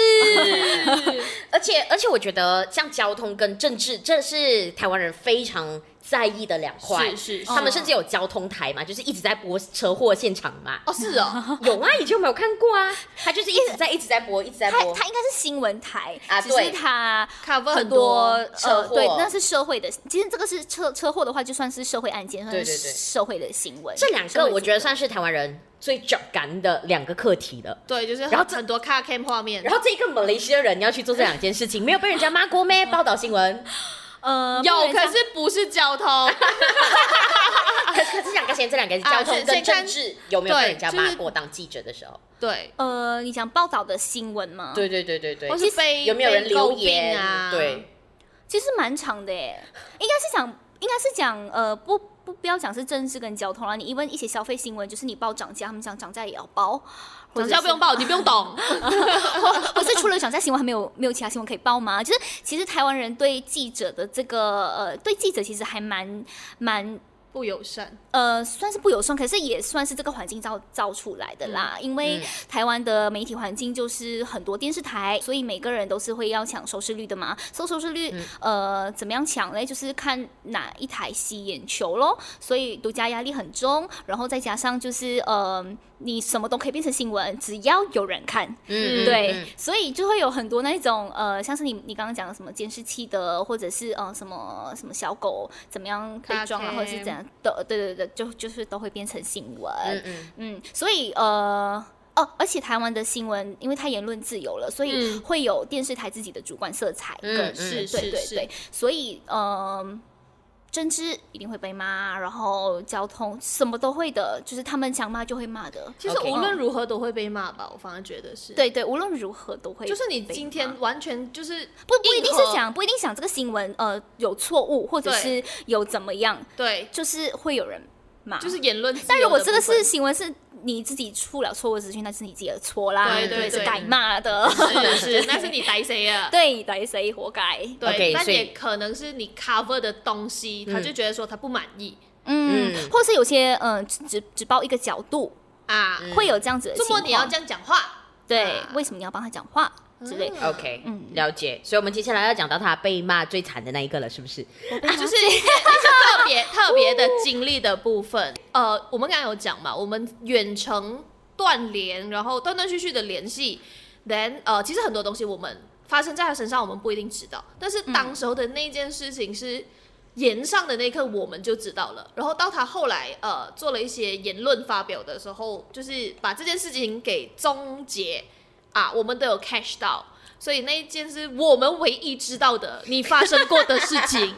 Speaker 1: 而且而且，我觉得像交通跟政治，这是台湾人非常在意的两块。
Speaker 2: 是是是
Speaker 1: 他们甚至有交通台嘛，就是一直在播车祸现场嘛。
Speaker 2: 哦是哦，
Speaker 1: 有啊，以前我没有看过 啊，他就是一直在一直在播，一直在
Speaker 3: 他
Speaker 1: 播。
Speaker 3: 他应该是新闻台，
Speaker 1: 啊
Speaker 3: 只
Speaker 1: 对
Speaker 3: 是他
Speaker 2: cover
Speaker 3: 很
Speaker 2: 多
Speaker 3: 多
Speaker 1: 车
Speaker 3: 呃，对
Speaker 1: 祸，
Speaker 3: 那是社会的。其实这个是车车祸的话，就算是社会案件，
Speaker 1: 对对
Speaker 3: 算是
Speaker 1: 对
Speaker 3: 社会的新闻。
Speaker 1: 这两
Speaker 3: 社
Speaker 1: 个
Speaker 3: 会
Speaker 1: 我
Speaker 3: 新
Speaker 1: 觉得
Speaker 3: 闻
Speaker 1: 算是台湾人最 j 感的两个课题了。
Speaker 2: 对，就是
Speaker 1: 然后
Speaker 2: 很很多 car cam 画面，
Speaker 1: 然后这一个马来西亚人要去做这两件事情，没有被人家骂过
Speaker 2: 哦
Speaker 1: 咩？报道新闻，
Speaker 3: 呃
Speaker 2: 有，可
Speaker 3: 是。
Speaker 2: 是不是交通，
Speaker 1: 可是可是两个先这两个
Speaker 2: 啊
Speaker 1: 交通
Speaker 2: 先
Speaker 1: 跟
Speaker 2: 先
Speaker 1: 政
Speaker 2: 看
Speaker 1: 治有没有被
Speaker 2: 对
Speaker 1: 人家
Speaker 2: 就是
Speaker 1: 骂过？当记者的时候，
Speaker 2: 对，
Speaker 3: 呃，你想报道的新闻吗？，
Speaker 1: 对对对对对
Speaker 2: 啊或，是被
Speaker 1: 有没有人
Speaker 2: 被
Speaker 1: 留
Speaker 2: 诟病
Speaker 1: 言
Speaker 2: 啊？
Speaker 1: 对，
Speaker 3: 其实蛮长的耶，应该是讲，应该是讲，呃，不不不要讲是政治跟交通啦，你一问一些消费新闻，就是你报涨价，他们讲涨价也要 报，或
Speaker 2: 涨
Speaker 3: 者
Speaker 2: 价不
Speaker 3: 是
Speaker 2: 用，报，你不用 懂，
Speaker 3: 或是除了涨价新闻，还没有没有其他新闻可以报吗？就是其实台湾人对记者的这个呃，对记者其实还蛮蛮
Speaker 2: 不友善。
Speaker 3: 呃，算是不友善，可是也算是这个环境造造出来的啦。因为
Speaker 1: 嗯
Speaker 3: 台湾的媒体环境就是很多电视台，所以每个人都是会要抢收视率的嘛。收收视率，
Speaker 1: 嗯
Speaker 3: 呃，怎么样抢嘞？就是看哪一台吸眼球咯。所以独家压力很重，然后再加上就是呃，你什么都可以变成新闻，只要有人看。
Speaker 1: 嗯，
Speaker 3: 对，
Speaker 1: 嗯，嗯
Speaker 3: 所以就会有很多那种呃，像是你你刚刚讲的什么监视器的，或者是呃什么什么小狗怎么样被撞啊，
Speaker 2: Car cam
Speaker 3: 或者是怎样的，对对对，就就是都会变成新闻。
Speaker 1: 嗯嗯，
Speaker 3: 嗯，所以呃。哦，而且台湾的新闻，因为它言论自由了，所以
Speaker 2: 嗯
Speaker 3: 会有电视台自己的主观色彩
Speaker 1: 嗯
Speaker 3: 跟，
Speaker 1: 嗯
Speaker 3: 是，
Speaker 2: 是
Speaker 3: 对对
Speaker 2: 是
Speaker 3: 对，所以嗯、呃政治一定会被骂，然后交通什么都会的，就是他们想骂就会骂的，
Speaker 2: 其实
Speaker 1: OK
Speaker 2: 无论如何都会被骂吧，我反而觉得是。，
Speaker 3: 对对，无论如何都会被
Speaker 2: 就
Speaker 3: 骂。
Speaker 2: 是你今天完全就是
Speaker 3: 不不一定
Speaker 2: 硬核
Speaker 3: 是讲，不一定讲这个新闻呃有错误，或者
Speaker 2: 对
Speaker 3: 是有怎么样，
Speaker 2: 对，
Speaker 3: 就是会有人骂。
Speaker 2: 就是言论自由的部分。
Speaker 3: 但如果这个是新闻是你自己出了错误资讯，那是你自己的错啦，
Speaker 2: 对对
Speaker 3: 对，
Speaker 2: 对
Speaker 3: 是该骂的，
Speaker 2: 是是，那是你逮谁啊？
Speaker 3: 对，逮谁活该。
Speaker 2: 对
Speaker 1: OK，，
Speaker 2: 但
Speaker 1: 所以
Speaker 2: 也可能是你 cover 的东西，他就觉得说他不满意
Speaker 3: 嗯，
Speaker 1: 嗯
Speaker 3: 或是有些嗯、呃只只只报一个角度，
Speaker 2: 啊。
Speaker 3: 会有这样子的
Speaker 2: 这
Speaker 3: 嗯情
Speaker 2: 么
Speaker 3: 况。
Speaker 2: 你要这样嗯讲话，
Speaker 3: 对
Speaker 2: 啊，
Speaker 3: 为什么你要帮他讲话之类的？
Speaker 1: OK，了
Speaker 2: 嗯
Speaker 1: 解。所以我们接下来要讲到他被骂最惨的那一个了，是不是？
Speaker 2: 就是特别特别的经历的部分。呃，我们刚刚有讲嘛，我们远程断联，然后断断续续的联系，then 呃，其实很多东西我们发生在他身上，我们不一定知道，但是当时候的那件事情是。言上的那一刻我们就知道了，然后到他后来呃做了一些言论发表的时候，就是把这件事情给终结啊，我们都有 catch 到，所以那一件是我们唯一知道的你发生过的事情。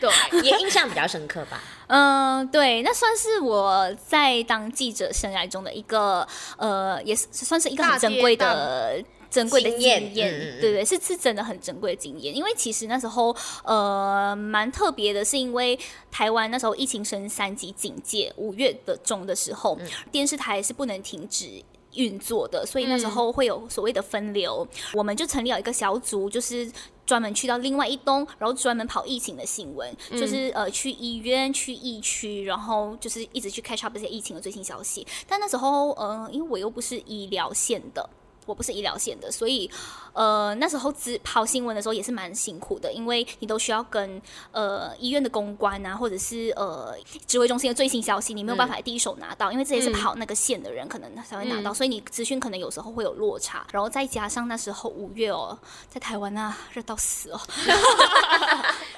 Speaker 2: 对，
Speaker 1: 也印象比较深刻吧？
Speaker 3: 嗯，对，那算是我在当记者生涯中的一个呃，也是算是一个
Speaker 2: 大
Speaker 3: 很
Speaker 2: 跌
Speaker 3: 珍贵的。珍贵的
Speaker 1: 经
Speaker 3: 经
Speaker 1: 验
Speaker 3: 验，
Speaker 1: 嗯嗯嗯
Speaker 3: 对对，是是真的很珍贵的经验。因为其实那时候，呃，蛮特别的，是因为台湾那时候疫情升三级警戒，五月的中的时
Speaker 1: 嗯
Speaker 3: 候，电视台是不能停止。运作的，所以那时
Speaker 1: 嗯
Speaker 3: 候会有所谓的分流，我们就成立了一个小组，就是专门去到另外一栋，然后专门跑疫情的新闻，就是
Speaker 1: 嗯
Speaker 3: 呃去医院、去疫区，然后就是一直去 catch up 这些疫情的最新消息。但那时候，呃，因为我又不是医疗线的，我不是医疗线的，所以呃那时候只跑新闻的时候也是蛮辛苦的，因为你都需要跟呃医院的公关啊，或者是呃指挥中心的最新消息，你没有办法第一手拿到，因为这也是跑那个线的人可能才会拿到，所以你资讯可能有时候会有落差。然后再加上那时候五月哦，在台湾啊热到死哦，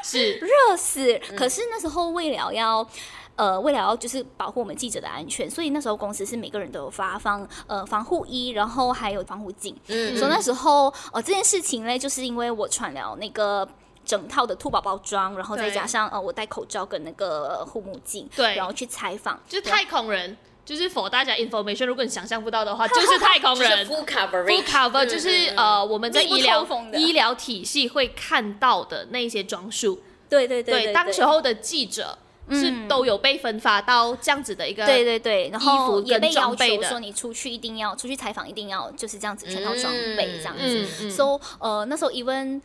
Speaker 2: 是
Speaker 3: 热死。可
Speaker 2: 嗯
Speaker 3: 是那时候为了要。呃，为了要就是保护我们记者的安全，所以那时候公司是每个人都有发放呃防护衣，然后还有防护镜。
Speaker 1: 嗯
Speaker 3: 所以那时候呃这件事情嘞，就是因为我穿了那个整套的兔宝宝装，然后再
Speaker 2: 对
Speaker 3: 加上呃我戴口罩跟那个护目镜，
Speaker 2: 对
Speaker 3: 然后去采访，
Speaker 2: 就是太空人，就是 for 大家 information，如果你想象不到 的话，就是太空人。
Speaker 1: full
Speaker 2: full
Speaker 1: coverage，
Speaker 2: cover 就是呃我们在
Speaker 3: 密不
Speaker 2: 医疗
Speaker 3: 透风的
Speaker 2: 医疗体系会看到的那一些装束，
Speaker 3: 对对对
Speaker 2: 对，当时候的记者是
Speaker 3: 嗯
Speaker 2: 都有被分发到这样子的一个
Speaker 3: 对对对，然
Speaker 2: 衣服
Speaker 3: 后也
Speaker 2: 跟
Speaker 3: 被要
Speaker 2: 装备
Speaker 3: 求
Speaker 2: 的
Speaker 3: 说你出去一定要出去采访，一定要就是这样子全套装备这样子。
Speaker 2: 嗯嗯
Speaker 3: so 呃那时候 even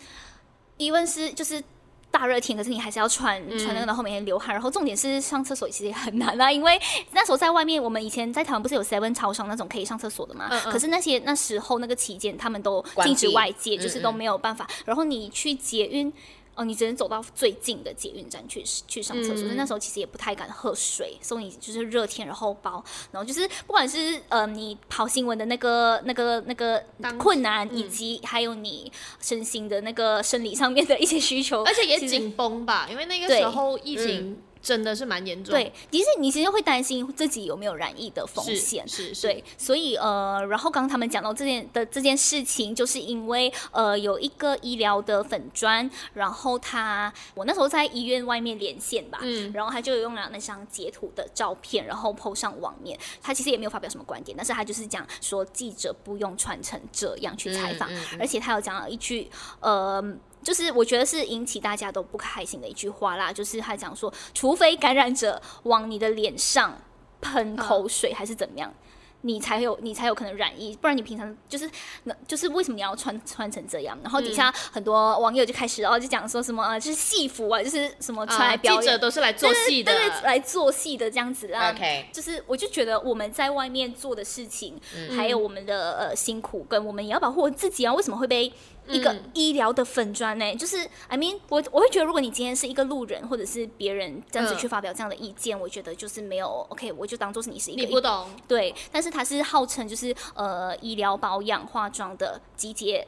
Speaker 3: even 是就是。大热天，可是你还是要穿穿
Speaker 2: 嗯
Speaker 3: 那个，然后每天流汗，然后重点是上厕所其实也很难啊，因为那时候在外面，我们以前在台湾不是有 Seven 超商那种可以上厕所的嘛，
Speaker 2: 嗯嗯
Speaker 3: 可是那些那时候那个期间，他们都
Speaker 1: 关
Speaker 3: 禁止
Speaker 1: 闭
Speaker 3: 外界，就是
Speaker 1: 嗯
Speaker 3: 都
Speaker 1: 嗯
Speaker 3: 没有办法。然后你去捷运，哦，你只能走到最近的捷运站去去上厕所。所以那
Speaker 2: 嗯
Speaker 3: 时候其实也不太敢喝水，所以你就是热天，然后包，然后就是不管是呃你跑新闻的那个那个那个
Speaker 2: 当嗯
Speaker 3: 困难，以及还有你身心的那个生理上面的一些需求，
Speaker 2: 而且也
Speaker 3: 其实
Speaker 2: 紧绷吧，因为那个
Speaker 3: 对
Speaker 2: 时候疫情真的是蛮严重，
Speaker 3: 对，其实你其实会担心自己有没有染疫的风
Speaker 2: 是，
Speaker 3: 险。
Speaker 2: 是是，
Speaker 3: 对，所以呃，然后刚刚他们讲到这件的这件事情，就是因为呃有一个医疗的粉砖，然后他我那时候在医院外面连线吧，
Speaker 2: 嗯
Speaker 3: 然后他就用了那张截图的照片，然后 PO 上网面。他其实也没有发表什么观点，但是他就是讲说记者不用穿成这样去采
Speaker 2: 嗯
Speaker 3: 访，而且他有讲到一句呃。就是我觉得是引起大家都不开心的一句话啦，就是他讲说，除非感染者往你的脸上喷口水还是怎么样，你才有你才有可能染疫，不然你平常就是那就是为什么你要穿穿成这样？然后底
Speaker 2: 嗯
Speaker 3: 下很多网友就开始然后就讲说什么啊，就是戏服啊，就是什么穿
Speaker 2: 啊，
Speaker 3: 来表
Speaker 2: 记啊
Speaker 3: 演、
Speaker 2: 者都是来做戏的，
Speaker 3: 对对对来做戏的这样子啦。
Speaker 1: OK
Speaker 3: 就是我就觉得我们在外面做的事情，还有我们的呃辛苦，跟我们也要保护我自己啊。为什么会被一个
Speaker 2: 嗯
Speaker 3: 医疗的粉砖呢？就是 I mean，我我会觉得，如果你今天是一个路人，或者是别人这样子
Speaker 2: 嗯
Speaker 3: 去发表这样的意见，我觉得就是没有 OK，我就当做是你是一个
Speaker 2: 你不懂，
Speaker 3: 对，但是它是号称就是呃医疗保养、化妆的集结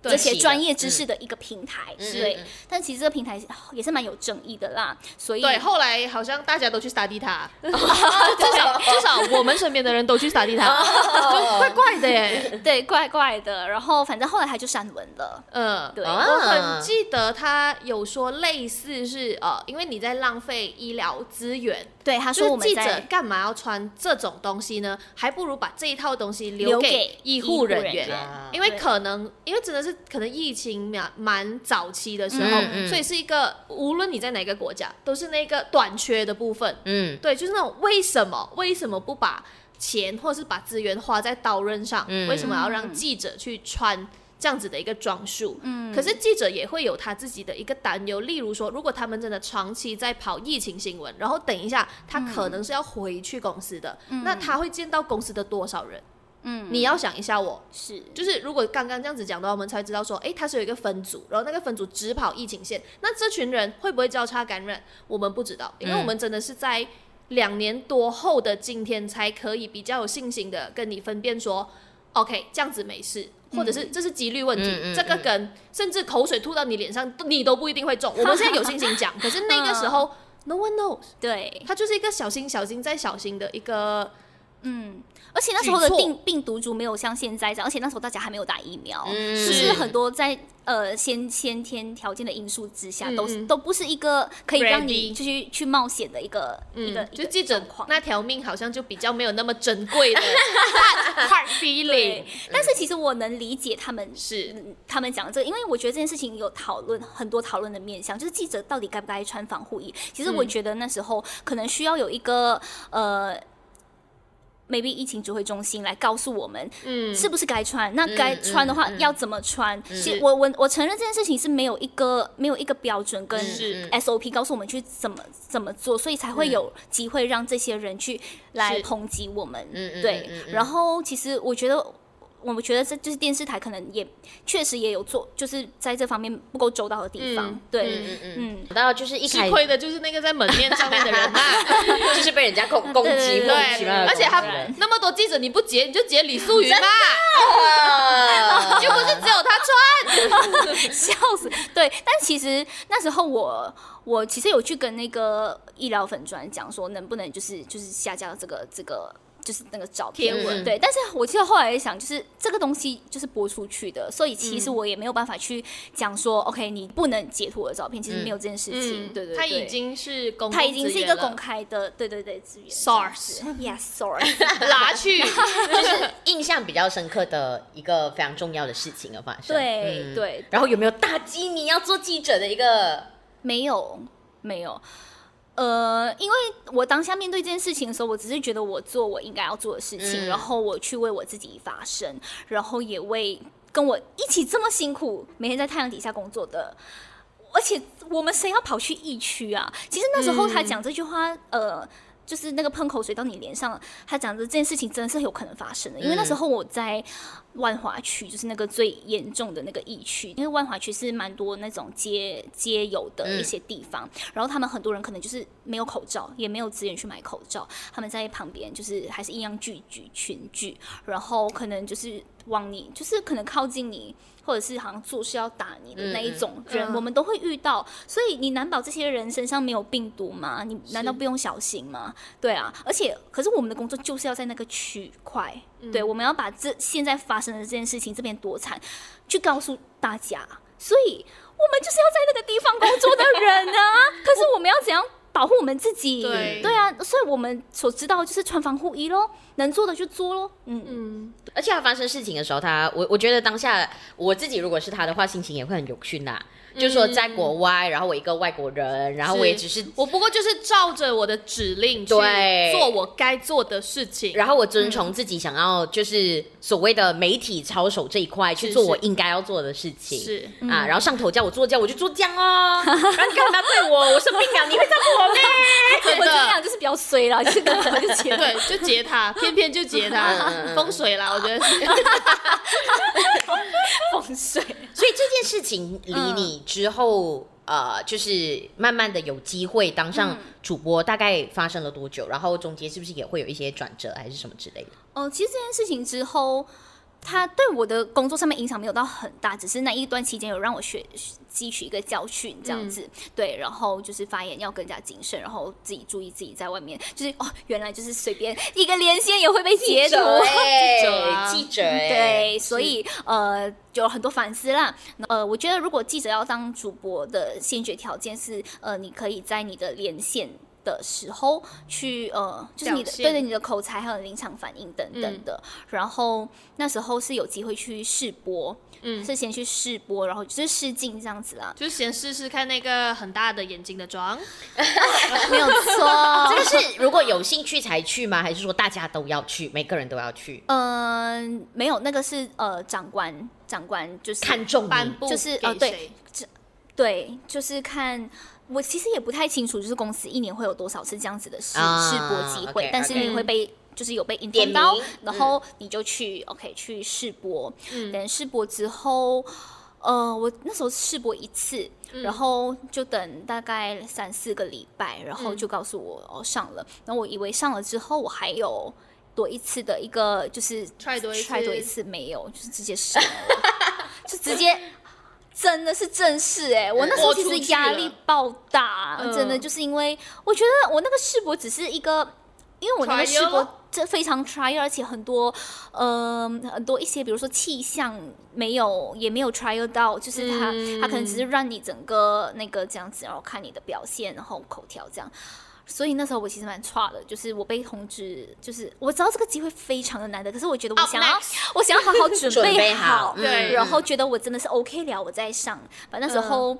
Speaker 2: 对
Speaker 3: 这些专业知识的一个平台，
Speaker 1: 是
Speaker 3: 对
Speaker 1: 嗯。
Speaker 3: 但其实这个平台哦也是蛮有争议的啦，所以
Speaker 2: 对，后来好像大家都去 study 他，至少至少我们身边的人都去 study 他，就怪怪的耶。
Speaker 3: 对怪怪的。然后反正后来他就删文了，
Speaker 2: 嗯，
Speaker 3: 对
Speaker 1: 啊
Speaker 2: 我很记得他有说类似是呃，因为你在浪费医疗资源，
Speaker 3: 对，他
Speaker 2: 他
Speaker 3: 说我
Speaker 2: 记
Speaker 3: 们
Speaker 2: 者
Speaker 3: 在。
Speaker 2: 干嘛要穿这种东西呢？还不如把这一套东西
Speaker 3: 留
Speaker 2: 给
Speaker 3: 给
Speaker 2: 医
Speaker 3: 医
Speaker 2: 护
Speaker 3: 护
Speaker 2: 人
Speaker 3: 人
Speaker 2: 员
Speaker 3: 员
Speaker 1: 啊
Speaker 2: 因为
Speaker 3: 对
Speaker 2: 可能因为真的是可能疫情蛮蛮早期的时候，
Speaker 1: 嗯嗯
Speaker 2: 所以是一个无论你在哪个国家都是那个短缺的部分。
Speaker 1: 嗯
Speaker 2: 对，就是那种为什么为什么不把钱或是把资源花在刀刃上？
Speaker 1: 嗯
Speaker 2: 为什么要让记者去穿这样子的一个装束？
Speaker 3: 嗯
Speaker 2: 可是记者也会有他自己的一个担忧，例如说，如果他们真的长期在跑疫情新闻，然后等一下他可能是要回去公司的，那他会见到公司的多少人？
Speaker 3: 嗯，
Speaker 2: 你要想一下我。
Speaker 3: 是
Speaker 2: 就是如果刚刚这样子讲的话，我们才知道说，诶，他是有一个分组，然后那个分组只跑疫情线，那这群人会不会交叉感染，我们不知道，因为
Speaker 1: 嗯
Speaker 2: 我们真的是在两年多后的今天才可以比较有信心的跟你分辨说，OK，这样子没事。或者是这是几率问题，
Speaker 1: 嗯嗯
Speaker 2: 这个跟甚至口水吐到你脸上，你都不一定会中。我们现在有信心讲，可是 那个时候 no one knows，
Speaker 3: 对
Speaker 2: 它就是一个小心、小心再小心的一个
Speaker 3: 嗯，而且那时候的
Speaker 2: 举措
Speaker 3: 病病毒株没有像现在这样，而且那时候大家还没有打疫苗，
Speaker 1: 嗯
Speaker 3: 就是
Speaker 2: 是
Speaker 3: 很多在呃先先天条件的因素之下，
Speaker 2: 嗯
Speaker 3: 都是
Speaker 2: 嗯
Speaker 3: 都不是一个可以让你
Speaker 2: Ready
Speaker 3: 就去去冒险的一个、一个
Speaker 2: 嗯，
Speaker 3: 一
Speaker 2: 就
Speaker 3: 个
Speaker 2: 记者
Speaker 3: 状况。
Speaker 2: 那条命好像就比较没有那么珍贵 的 heart heart
Speaker 3: 对
Speaker 2: feeling，，
Speaker 3: 但是其实我能理解他们
Speaker 2: 是
Speaker 3: 嗯他们讲的这个，因为我觉得这件事情有讨论很多讨论的面向，就是记者到底该不该穿防护衣。其实我
Speaker 2: 嗯
Speaker 3: 觉得那时候可能需要有一个呃，maybe 疫情指挥中心来告诉我们。
Speaker 2: 嗯
Speaker 3: 是不是该穿？那该穿的话
Speaker 1: 嗯嗯嗯
Speaker 3: 要怎么穿？其
Speaker 2: 是
Speaker 3: 实我我我承认这件事情是没有一个没有一个标准跟
Speaker 2: 是嗯
Speaker 3: SOP 告诉我们去怎么怎么做，所以才会有机会让这些人去来
Speaker 2: 是
Speaker 3: 抨击我们。
Speaker 1: 嗯嗯
Speaker 3: 对，
Speaker 1: 嗯嗯嗯
Speaker 3: 然后其实我觉得。我们觉得这就是电视台可能也确实也有做，就是在这方面不够周到的地方。
Speaker 2: 嗯
Speaker 3: 对，
Speaker 1: 嗯嗯嗯，
Speaker 3: 嗯，
Speaker 1: 然后就是一开
Speaker 2: 吃
Speaker 1: 始啊
Speaker 2: 亏的就是那个在门面上面的人嘛，
Speaker 1: 就是被人家攻攻击，
Speaker 3: 对对对
Speaker 1: 莫名其
Speaker 2: 对，
Speaker 1: 妙地
Speaker 2: 而且他
Speaker 1: 攻击人
Speaker 2: 那么多记者你不截你就截李素 云嘛，
Speaker 1: 啊
Speaker 2: 就不是只有他穿，
Speaker 3: 嗯 笑死。对，但其实那时候我我其实有去跟那个医疗粉专讲说，能不能就是就是下架这个这个。就是那个照片
Speaker 2: 贴
Speaker 1: 文
Speaker 3: 对，但是我记得后来想，就是这个东西就是播出去的，所以其实我也没有办法去讲说、o k 你不能截图我的照片，其实没有这件事情，
Speaker 1: 嗯
Speaker 3: 对对对，
Speaker 2: 嗯他已经是公共
Speaker 3: 它已经是一
Speaker 2: 资源
Speaker 3: 个
Speaker 2: 了
Speaker 3: 公开的，对对对，资源
Speaker 2: Source
Speaker 3: yes，source，
Speaker 2: 拿去，
Speaker 1: 就是印象比较深刻的一个非常重要的事情的发生。
Speaker 3: 对
Speaker 1: 嗯
Speaker 3: 对
Speaker 1: 然后有没有打击你要做记者的一个？
Speaker 3: 没有，没有。呃，因为我当下面对这件事情的时候，我只是觉得我做我应该要做的事情，
Speaker 1: 嗯
Speaker 3: 然后我去为我自己发声，然后也为跟我一起这么辛苦，每天在太阳底下工作的。而且我们谁要跑去疫区啊？其实那时候他
Speaker 2: 嗯
Speaker 3: 讲这句话，呃，就是那个喷口水到你脸上，他讲的这件事情真的是有可能发生的。因为
Speaker 2: 嗯
Speaker 3: 那时候我在万华区，就是那个最严重的那个疫区，因为万华区是蛮多那种街街友的一些地方，然后他们很多人可能就是没有口罩，也没有资源去买口罩，他们在旁边就是还是一样聚集群聚，然后可能就是往你，就是可能靠近你，或者是好像做事要打你的那一种人，
Speaker 2: 嗯
Speaker 3: 我们都会遇到。所以你难保这些人身上没有病毒吗？你难道
Speaker 2: 是
Speaker 3: 不用小心吗？对啊，而且可是我们的工作就是要在那个区块，对，我们要把这现在发生的这件事情这边多惨，去告诉大家。所以我们就是要在那个地方工作的人 啊，可是我们要怎样保护我们自己？
Speaker 2: 对
Speaker 3: 啊，所以我们所知道的就是穿防护衣咯，能做的就做咯。嗯，
Speaker 2: 嗯，
Speaker 1: 而且他发生事情的时候，他我我觉得当下我自己如果是他的话，心情也会很有趣呐、就是说在国外，然后我一个外国人，然后我也只是
Speaker 2: 我不过就是照着我的指令去
Speaker 1: 对
Speaker 2: 做我该做的事情，
Speaker 1: 然后我
Speaker 2: 嗯
Speaker 1: 遵从自己想要，就是所谓的媒体操守这一块去
Speaker 2: 是
Speaker 1: 做
Speaker 2: 是
Speaker 1: 我应该要做的事情。
Speaker 2: 是嗯
Speaker 1: 啊，然后上头叫我做这样，我就做这样 哦。然后你干嘛对我？我生病啊了，你会照顾我咩？
Speaker 2: 真
Speaker 3: 哎我这
Speaker 2: 的
Speaker 3: 样就是比较衰了，就是刚好就结论。
Speaker 2: 对，就截 他，偏偏就截
Speaker 1: 嗯嗯
Speaker 2: 他，
Speaker 1: 嗯
Speaker 2: 风水啦，我觉得是
Speaker 3: 风水。
Speaker 1: 所以这件事情
Speaker 2: 嗯
Speaker 1: 离你之后，呃，就是慢慢的有机会当上
Speaker 2: 嗯
Speaker 1: 主播，大概发生了多久？然后中间是不是也会有一些转折，还是什么之类的？
Speaker 3: 哦，其实这件事情之后，他对我的工作上面影响没有到很大，只是那一段期间有让我学汲取一个教训，这样子、对，然后就是发言要更加谨慎，然后自己注意自己在外面，就是哦，原来就是随便一个连线也会被截图，
Speaker 1: 哎
Speaker 2: 记者啊
Speaker 1: 记者哎，
Speaker 3: 对，所以呃，有很多反思啦。呃，我觉得如果记者要当主播的先决条件是，呃，你可以在你的连线。的时候去呃，就是你的
Speaker 2: 表现
Speaker 3: 对对你的口才还有临场反应等等的，然后那时候是有机会去试播，
Speaker 2: 嗯，
Speaker 3: 是先去试播，然后就是试镜这样子啦
Speaker 2: 就先试试看那个很大的眼睛的妆，
Speaker 3: 嗯没有错
Speaker 1: 这。 个是如果有兴趣才去吗？还是说大家都要去，每个人都要去？
Speaker 3: 嗯、没有，那个是呃长官，长官就是
Speaker 1: 看中你
Speaker 2: 颁布
Speaker 3: 就是
Speaker 2: 给
Speaker 3: 哦对
Speaker 2: 谁
Speaker 3: 对，就是看我其实也不太清楚，就是公司一年会有多少次这样子的试、
Speaker 1: 啊
Speaker 3: 试播机会
Speaker 1: OK，
Speaker 3: 但是你
Speaker 2: OK
Speaker 3: 会被。就是有被
Speaker 1: 点
Speaker 3: inform
Speaker 1: 名
Speaker 3: 到
Speaker 1: 嗯，
Speaker 3: 然后你就去、OK 去试播，
Speaker 2: 嗯
Speaker 3: 等试播之后，呃，我那时候试播一次，
Speaker 2: 嗯
Speaker 3: 然后就等大概三四个礼拜，然
Speaker 2: 嗯
Speaker 3: 后就告诉我、哦上了，然后我以为上了之后我还有多一次的一个就是
Speaker 2: try 多一次
Speaker 3: try 多一次没有，就是直接上了， 就直接真的是正式哎、我那时候
Speaker 2: 豁
Speaker 3: 其
Speaker 2: 出
Speaker 3: 实
Speaker 2: 去
Speaker 3: 压
Speaker 2: 了
Speaker 3: 力爆大，
Speaker 2: 嗯
Speaker 3: 真的就是因为我觉得我那个世博只是一个，因为我那个世
Speaker 2: trial
Speaker 3: 博
Speaker 2: 咯
Speaker 3: 这非常 trial，而且很多，嗯、很多一些，比如说气象没有，也没有 trial 到，就是他、
Speaker 2: 嗯
Speaker 3: 他可能只是让你整个那个这样子，然后看你的表现，然后口条这样。所以那时候我其实蛮差的，就是我被通知，就是我知道这个机会非常的难得，可是我觉得我
Speaker 2: Up
Speaker 3: 想要 我想要好好准
Speaker 1: 准备
Speaker 3: 好
Speaker 1: 好，
Speaker 2: 对
Speaker 1: 嗯
Speaker 3: 然后觉得我真的是 OK 了，我再上。反正那时候，
Speaker 2: 嗯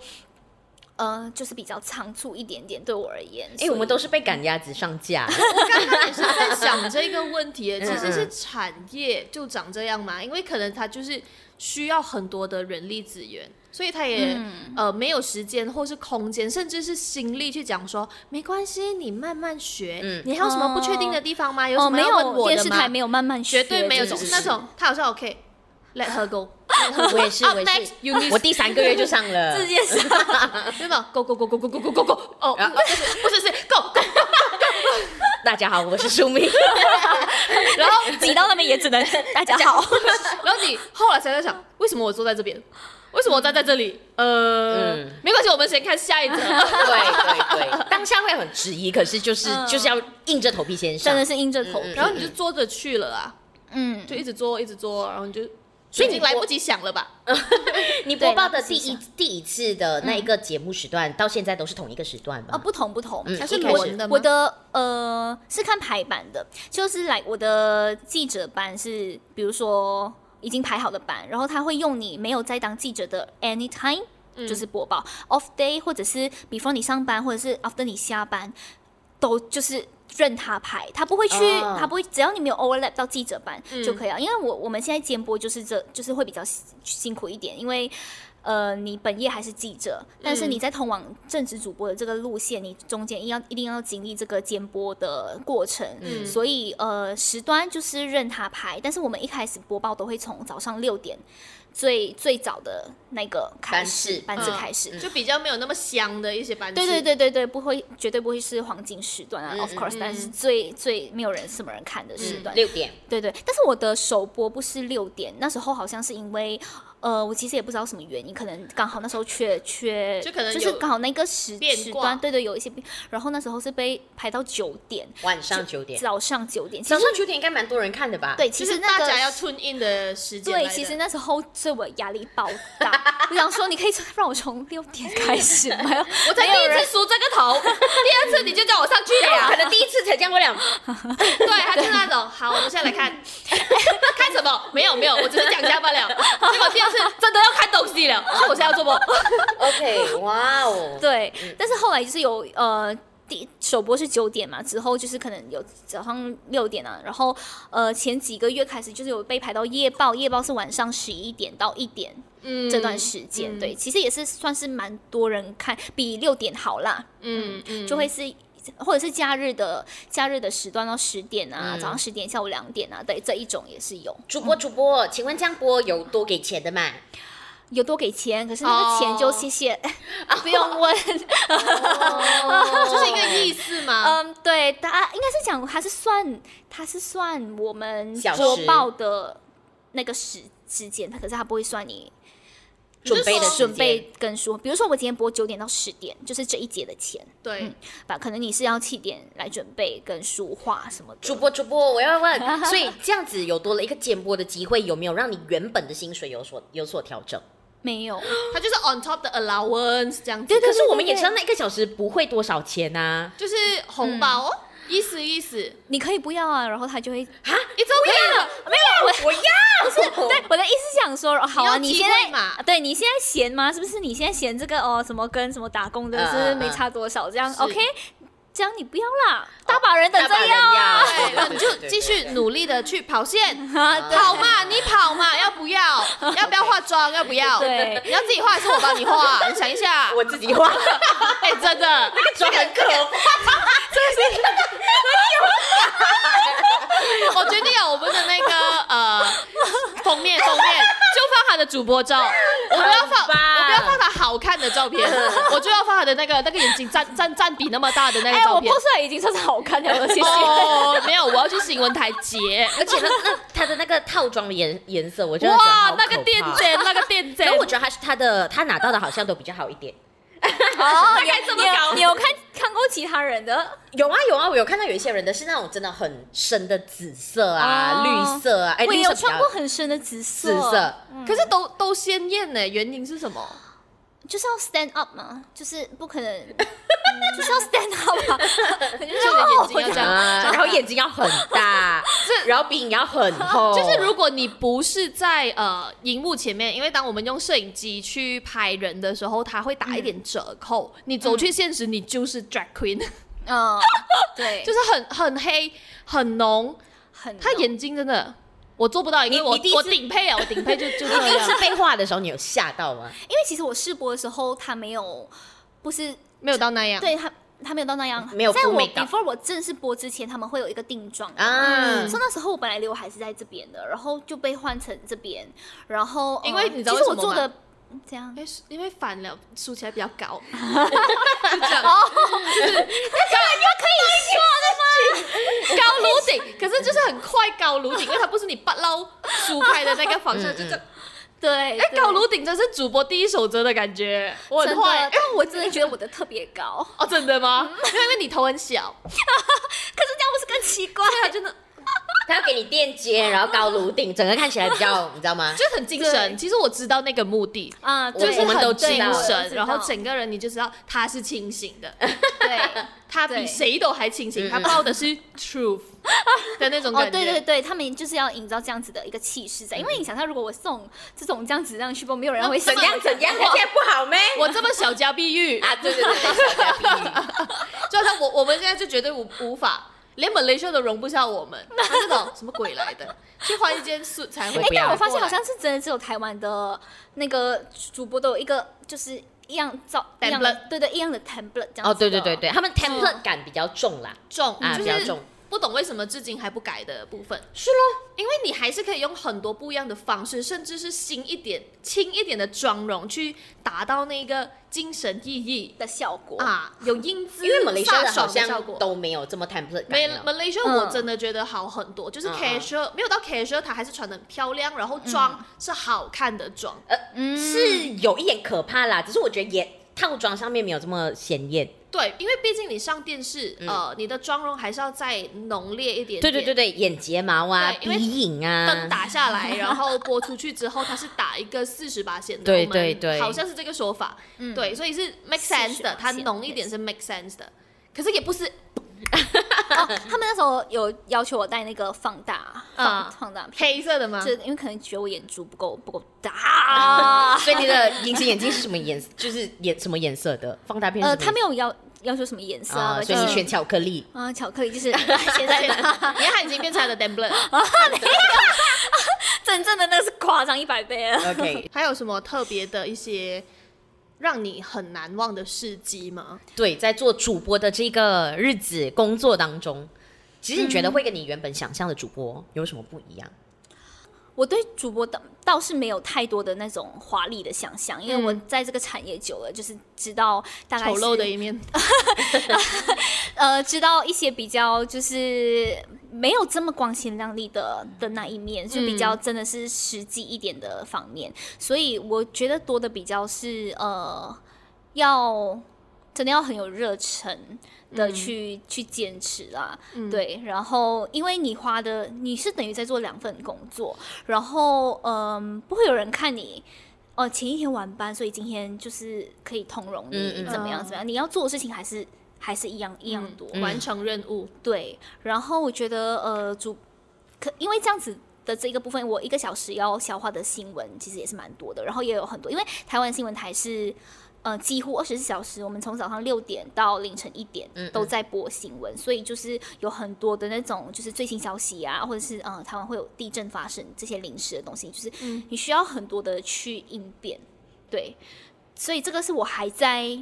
Speaker 3: 呃，就是比较仓促一点点，对我而言。
Speaker 1: 哎、
Speaker 3: 所
Speaker 1: 我们
Speaker 3: 以
Speaker 1: 都是被赶鸭子上架，
Speaker 2: 刚刚也是在想这个问题耶，
Speaker 1: 嗯
Speaker 2: 其实是产业就长这样嘛，因为可能它就是需要很多的人力资源，所以它也、
Speaker 3: 嗯
Speaker 2: 呃没有时间或是空间，甚至是心力去讲说没关系，你慢慢学，
Speaker 1: 嗯
Speaker 2: 你还有什么不确定的地方吗？有什
Speaker 3: 哦，
Speaker 2: 么
Speaker 3: 没
Speaker 2: 要问
Speaker 3: 有
Speaker 2: 我
Speaker 3: 电
Speaker 2: 的
Speaker 3: 视
Speaker 2: 吗？
Speaker 3: 台没有慢慢学
Speaker 2: 绝对没有
Speaker 3: 这
Speaker 2: 种
Speaker 1: 是是
Speaker 2: 那
Speaker 1: 是
Speaker 2: 种，他好像 OK，let her go，
Speaker 1: 我也是，
Speaker 2: Up
Speaker 1: 我也
Speaker 2: next,
Speaker 1: 是
Speaker 2: you need-，
Speaker 1: 我第三个月就上了，
Speaker 3: 直接上。
Speaker 2: 真的 go go go go go go go go go，哦，
Speaker 1: 啊
Speaker 2: 不是不是是 go go，
Speaker 1: 大家好，我是舒明，
Speaker 3: 然后挤到那边也只 能大家好，
Speaker 2: 然后你后来才在想，为什么我坐在这边？为什么我站在这里？呃，
Speaker 1: 嗯
Speaker 2: 没关系，我们先看下一 则。
Speaker 3: 嗯
Speaker 1: 对对对， 嗯当下会很质疑，可是就是、就是要硬着头皮先上
Speaker 3: 真的，是硬着头皮。
Speaker 2: 然后你就坐着去了啊，
Speaker 3: 嗯，
Speaker 2: 就一直坐，一直坐，然后你就，
Speaker 1: 所以你
Speaker 2: 已经来
Speaker 1: 播
Speaker 2: 不及想了吧？
Speaker 1: 你播报的第一第一次的那一个节目时段、到现在都是同一个时段吧？
Speaker 3: 啊，不同不同，
Speaker 1: 嗯
Speaker 2: 它是
Speaker 1: 一开始
Speaker 2: 轮的吗？
Speaker 3: 我的呃是看排版的，就是来我的记者班是，比如说已经排好的班，然后他会用你没有在当记者的 anytime，、就是播报 off day，或者是 before 你上班，或者是 after 你下班，都就是。任他排，他不会去
Speaker 1: 哦
Speaker 3: 他不会，只要你没有 overlap 到记者班就可以了。因为我我们现在兼播就是这，就是会比较辛辛苦一点，因为呃，你本业还是记者，
Speaker 1: 嗯
Speaker 3: 但是你在通往正职主播的这个路线，你中间一定要一定要经历这个兼播的过程，
Speaker 2: 嗯
Speaker 3: 所以呃，时段就是任他排，但是我们一开始播报都会从早上六点最最早的那个开始
Speaker 1: 班
Speaker 3: 班
Speaker 1: 次
Speaker 3: 次
Speaker 2: 嗯
Speaker 3: 开始。
Speaker 2: 就比较没有那么香的一些班次。
Speaker 3: 对对对对对，不会，绝对不会是黄金时段啊、
Speaker 1: 嗯
Speaker 3: o f
Speaker 1: 嗯
Speaker 3: course，、但是最最没有人什么人看的时段，
Speaker 1: 六点，
Speaker 3: 对对，但是我的首播不是六点，那时候好像是因为，呃，我其实也不知道什么原因，可能刚好那时候缺缺，
Speaker 2: 就可能
Speaker 3: 是
Speaker 2: 有
Speaker 3: 刚好那个时
Speaker 2: 变
Speaker 3: 时
Speaker 2: 卦
Speaker 3: 段，对对，有一些变，然后那时候是被排到九点，
Speaker 1: 晚上九点，
Speaker 3: 早上九点，其
Speaker 1: 早
Speaker 3: 实
Speaker 1: 上九点应该蛮多人看的吧？
Speaker 3: 对，
Speaker 2: 就
Speaker 3: 其
Speaker 2: 是
Speaker 3: 实那
Speaker 2: 大
Speaker 3: 个
Speaker 2: 家要 tune in 的时间来
Speaker 3: 对，
Speaker 2: 的。
Speaker 3: 其实那时候对我压力爆大，我想说你可以让我从六点开始 吗？
Speaker 2: 我才
Speaker 3: 没有
Speaker 2: 第一
Speaker 3: 人
Speaker 2: 次梳这个头， 第二次你就叫我上去
Speaker 1: 可
Speaker 2: 了。
Speaker 1: 能第一次才这样我俩，
Speaker 2: 对，他就那种，好，我们现在来看， 看什么？没有没有，我只是讲一下罢了。结果第二次真的要看东西了，所以我现在要做么？
Speaker 1: OK，哇哦，
Speaker 3: 对，
Speaker 2: 嗯
Speaker 3: 但是后来就是有呃。第首播是九点嘛，之后就是可能有早上六点啊，然后呃前几个月开始就是有被排到夜报，夜报是晚上十一点到一点
Speaker 2: 嗯
Speaker 3: 这段时间，
Speaker 2: 嗯
Speaker 3: 对，其实也是算是蛮多人看，比六点好啦，
Speaker 2: 嗯嗯
Speaker 3: 就会是或者是假日的假日的时段到十点啊，
Speaker 2: 嗯
Speaker 3: 早上十点、下午两点啊，对，这一种也是有
Speaker 1: 主播主播，请问这样播有多给钱的吗？
Speaker 3: 有多给钱，可是那
Speaker 2: 哦
Speaker 3: 个钱就谢谢， 不用问，
Speaker 2: 哦，这是一个意思吗？
Speaker 3: 嗯，对，他应该是讲他是算他是算我们
Speaker 1: 小
Speaker 3: 播
Speaker 1: 时
Speaker 3: 报的那个时时间，可是他不会算你
Speaker 2: 是
Speaker 1: 准备的时
Speaker 2: 说
Speaker 1: 间
Speaker 3: 准备跟说，比如说我今天播九点到十点，就是这一节的钱
Speaker 2: 对，
Speaker 3: 吧，可能你是要七点来准备跟书画什么的。
Speaker 1: 主播主播，我要 问，所以这样子有多了一个兼播的机会，有没有让你原本的薪水有所有所调整？
Speaker 3: 没有，
Speaker 2: 它就是 on top 的 allowance 这样子，
Speaker 1: 对可是我们
Speaker 3: 对
Speaker 1: 也知道那一个小时不会多少钱啊呐、
Speaker 2: 就是红包、哦，意思意思，一
Speaker 3: 你可以不要啊，然后他就会，
Speaker 2: 周可
Speaker 1: 我 要，不是
Speaker 3: 对我的意思想说，哦好啊，
Speaker 2: 你
Speaker 3: 你
Speaker 2: 有机
Speaker 3: 现
Speaker 2: 会 嘛
Speaker 3: 在对你现在闲吗？是不是你现在闲这个哦，什么跟什么打工的，
Speaker 1: 嗯
Speaker 3: 是不是
Speaker 1: 嗯
Speaker 3: 没
Speaker 1: 嗯
Speaker 3: 差多少这样
Speaker 2: 是
Speaker 3: ？OK，这样你不要啦，大把人等着要啊。
Speaker 1: 啊
Speaker 2: 对，那你就继续努力的去跑线。
Speaker 3: 啊，
Speaker 2: 跑嘛，你跑嘛，要不要？要不要化妆？要不要？
Speaker 3: 对
Speaker 2: 你要自己画还是我帮你画？你想一下。
Speaker 1: 我自己画，
Speaker 2: 哎，真的，
Speaker 1: 妆很可怕，
Speaker 2: 我决定了，我们的那个呃封面封面就放他的主播照，我不要放，
Speaker 1: 很棒
Speaker 2: 我不要放他好看的 照片，我就要放他的那个那个眼睛占占占比那么大的那个
Speaker 3: 哎，
Speaker 2: 照
Speaker 3: 我
Speaker 2: 片
Speaker 3: 播。出来已经算是好看了，谢谢。
Speaker 2: 哦，没有，我要去新闻台 截。
Speaker 1: 而且那那它的那个套装的颜颜色，我真的觉得
Speaker 2: 哇
Speaker 1: 好，
Speaker 2: 那个
Speaker 1: 可
Speaker 2: 电
Speaker 1: 怕
Speaker 2: 针，那个电针
Speaker 1: 可，我觉得他是他的他拿到的好像都比较好一点，
Speaker 3: 哦，
Speaker 2: 该这么搞
Speaker 3: 你有你有看看过其他人的？
Speaker 1: 有啊有啊，我有看到有一些人的是那种真的很深的紫色啊、
Speaker 3: 哦
Speaker 1: 绿色啊，哎、
Speaker 3: 我也
Speaker 1: 绿
Speaker 3: 有
Speaker 1: 色比
Speaker 3: 穿
Speaker 1: 较
Speaker 3: 过很深的紫色，
Speaker 1: 紫色，
Speaker 2: 可是都都鲜艳呢，原因是什么？
Speaker 3: 就是要 stand up 嘛，就是不 可能，嗯就是哦要 stand up 嘛，
Speaker 2: 就是眼睛要这样。
Speaker 1: 啊， 然后眼睛要很 大，然后鼻影要很厚，
Speaker 2: 就是 如果你不是在呃荧幕前面，因为当我们用摄影机去拍人的时候，它会打一点折扣。你走去现实，你就是 drag queen，、
Speaker 3: 嗯，对，
Speaker 2: 就是很很黑很浓。
Speaker 3: 很哦
Speaker 2: 他眼睛真的我做不到，因为
Speaker 1: 你
Speaker 2: 我
Speaker 1: 你第一次
Speaker 2: 我顶配啊，我顶配就就
Speaker 1: 你
Speaker 2: 这
Speaker 1: 第一次
Speaker 2: 样，
Speaker 1: 被画的时候，你有吓到 吗？
Speaker 3: 因为其实我试播的时候，他没有，不是
Speaker 2: 没有到那样。
Speaker 3: 对他他没有到那样，
Speaker 1: 没有
Speaker 3: 在
Speaker 1: full
Speaker 3: 我
Speaker 1: makeup
Speaker 3: before 我正式播之前，他们会有一个定妆
Speaker 1: 啊
Speaker 3: 嗯所以那时候我本来刘海是在这边的，然后就被换成这边，然后呃
Speaker 2: 因为你知道
Speaker 3: 其实
Speaker 2: 为什
Speaker 3: 我
Speaker 2: 么
Speaker 3: 做
Speaker 2: 吗
Speaker 3: 的嗯这样
Speaker 2: 因为因为反了，竖起来比较高，就这样。哦， 就是可以说的吗？高颅顶，可是就是很快高颅顶，因为它不是你八捞梳开的那个方向，
Speaker 1: 嗯
Speaker 2: 就这样。
Speaker 3: 对，
Speaker 2: 哎，
Speaker 3: 对
Speaker 2: 高。颅顶真是主播第一守则的感觉，我
Speaker 3: 嗯真
Speaker 2: 很
Speaker 3: 的，
Speaker 2: 坏
Speaker 3: 但。我真的觉得我的特别高，
Speaker 2: 哦，真的吗？因为因为你头很小，
Speaker 3: 可是这样不是更奇怪？
Speaker 2: 对啊，真的
Speaker 1: 他要给你垫肩，然后高颅顶，整个看起来比 较，你知道吗？
Speaker 2: 就是很精神。
Speaker 3: 对
Speaker 2: 其实我知道那个目的，
Speaker 3: 啊，
Speaker 1: 我
Speaker 2: 就
Speaker 3: 对
Speaker 2: 是
Speaker 1: 我们
Speaker 2: 很
Speaker 1: 都知
Speaker 2: 精
Speaker 1: 道
Speaker 2: 神，然后
Speaker 3: 整
Speaker 2: 整个人你就知道他是清醒的，
Speaker 3: 对，
Speaker 2: 他比
Speaker 3: 对
Speaker 2: 谁都还清醒，
Speaker 1: 嗯
Speaker 2: 他
Speaker 1: 嗯
Speaker 2: 报的是 truth 的那种
Speaker 3: 哦，
Speaker 2: 感觉。
Speaker 3: 对对对，他们就是要营造这样子的一个气势在，因为
Speaker 2: 嗯
Speaker 3: 你想象，如果我送这种这样子让去播，没有人会
Speaker 1: 怎
Speaker 3: 想
Speaker 1: 样怎样，看起来不好咩？
Speaker 2: 我这么小家碧玉，
Speaker 1: 啊，对对对，对小家碧玉
Speaker 2: 就像我我们现在就绝对无无法，连 Malaysia 都容不下我们，他这种什么鬼来的，去换一件 suit 才会
Speaker 1: 哎
Speaker 3: 哎。，但
Speaker 1: 不要
Speaker 3: 我发现
Speaker 2: 过来
Speaker 3: 好像是真的，只有台湾的那个主播都有一个就是一样照一样的
Speaker 2: Template
Speaker 3: 对对一样的 template 这样子的。
Speaker 1: 哦，对对对对，他们 template 感比较重啦，
Speaker 2: 重
Speaker 1: 啊
Speaker 2: 就
Speaker 1: 比较
Speaker 2: 是
Speaker 1: 重
Speaker 2: 不懂为什么至今还不改的部分，
Speaker 1: 是咯，
Speaker 2: 因为你还是可以用很多不一样的方式，甚至是新一点、轻一点的妆容去达到那个精神意义。
Speaker 3: 的效果。
Speaker 2: 啊，有英姿
Speaker 1: 因为马来西亚
Speaker 2: 飒
Speaker 1: 的好
Speaker 2: 爽的效
Speaker 1: 像啊
Speaker 2: 果。
Speaker 1: 都嗯没有这么 template
Speaker 2: 没
Speaker 1: 感了。
Speaker 2: Malaysia
Speaker 3: 嗯
Speaker 2: 我真的觉得好很多，就是
Speaker 1: 嗯嗯
Speaker 2: casual 没有到 casual，它还是穿的很漂亮，然后
Speaker 1: 嗯
Speaker 2: 妆是好看的妆，
Speaker 3: 嗯，
Speaker 1: 是有一点可怕啦，只是我觉得也套装上面没有这么鲜艳。
Speaker 2: 对，因为毕竟你上电视，呃，你的妆容还是要再浓烈一
Speaker 1: 嗯
Speaker 2: 点点，
Speaker 1: 对对对对，眼睫毛啊，
Speaker 2: 对因为
Speaker 1: 鼻影
Speaker 2: 灯
Speaker 1: 啊，
Speaker 2: 打下来，然后播出去之后，它是打一个四十八线的，
Speaker 1: 对
Speaker 2: 我们
Speaker 1: 对对
Speaker 2: 好像是这个说法，对，所以是 make sense 的，
Speaker 3: 48
Speaker 2: 它浓一点是 make sense 的，可是也不是
Speaker 3: 哦，他们那时候有要求我带那个放大
Speaker 2: 啊
Speaker 3: 放放大片，
Speaker 2: 黑色的吗？
Speaker 3: 就因为可能觉得我眼珠不够不够大。
Speaker 2: 啊
Speaker 1: 所以你的隐形眼镜是什么颜？ 就是颜什么颜色的放大片是
Speaker 3: 呃，
Speaker 1: 什么颜色？
Speaker 3: 他没有要要求什么颜色
Speaker 1: 啊，
Speaker 3: 啊，
Speaker 1: 所以
Speaker 3: 就
Speaker 1: 你
Speaker 3: 是
Speaker 1: 选巧克力。
Speaker 3: 啊巧克力就是现在的。
Speaker 2: 你看它已经变成了 d a m b l e
Speaker 3: 真正的那是夸张一百倍了。
Speaker 1: OK，
Speaker 2: 还有什么特别的一些让你很难忘的事迹吗？
Speaker 1: 对，在做主播的这个日子工作当中，其实你觉得会跟你原本想象的主播有什么不一样？
Speaker 3: 我对主播倒倒是没有太多的那种华丽的想象，因为我在这个产业久了，就是知道大概
Speaker 2: 嗯丑
Speaker 3: 是
Speaker 2: 陋的一面，
Speaker 3: 呃，知道一些比较就是没有这么光鲜亮丽的的那一面，
Speaker 1: 嗯
Speaker 3: 就比较真的是实际一点的方面，所以我觉得多的比较是呃，要真的要很有热忱
Speaker 1: 嗯
Speaker 3: 的去、去坚持啦，对，然后因为你花的你是等于在做两份工作，然后嗯，不会有人看你。哦，前一天晚班，所以今天就是可以通融
Speaker 1: 嗯
Speaker 3: 你
Speaker 1: 嗯
Speaker 3: 怎么样
Speaker 2: 嗯
Speaker 3: 怎么样，你要做的事情还是还是一样一样多。
Speaker 2: 嗯完成任务，
Speaker 3: 对，然后我觉得呃主可因为这样子。的这个部分，我一个小时要消化的新闻其实也是蛮多的，然后也有很多，因为台湾新闻台是，呃，几乎二十四小时，我们从早上六点到凌晨一点都在播新闻，所以就是有很多的那种就是最新消息啊，或者是呃台湾会有地震发生这些临时的东西，就是你需要很多的去应变，对，所以这个是我还在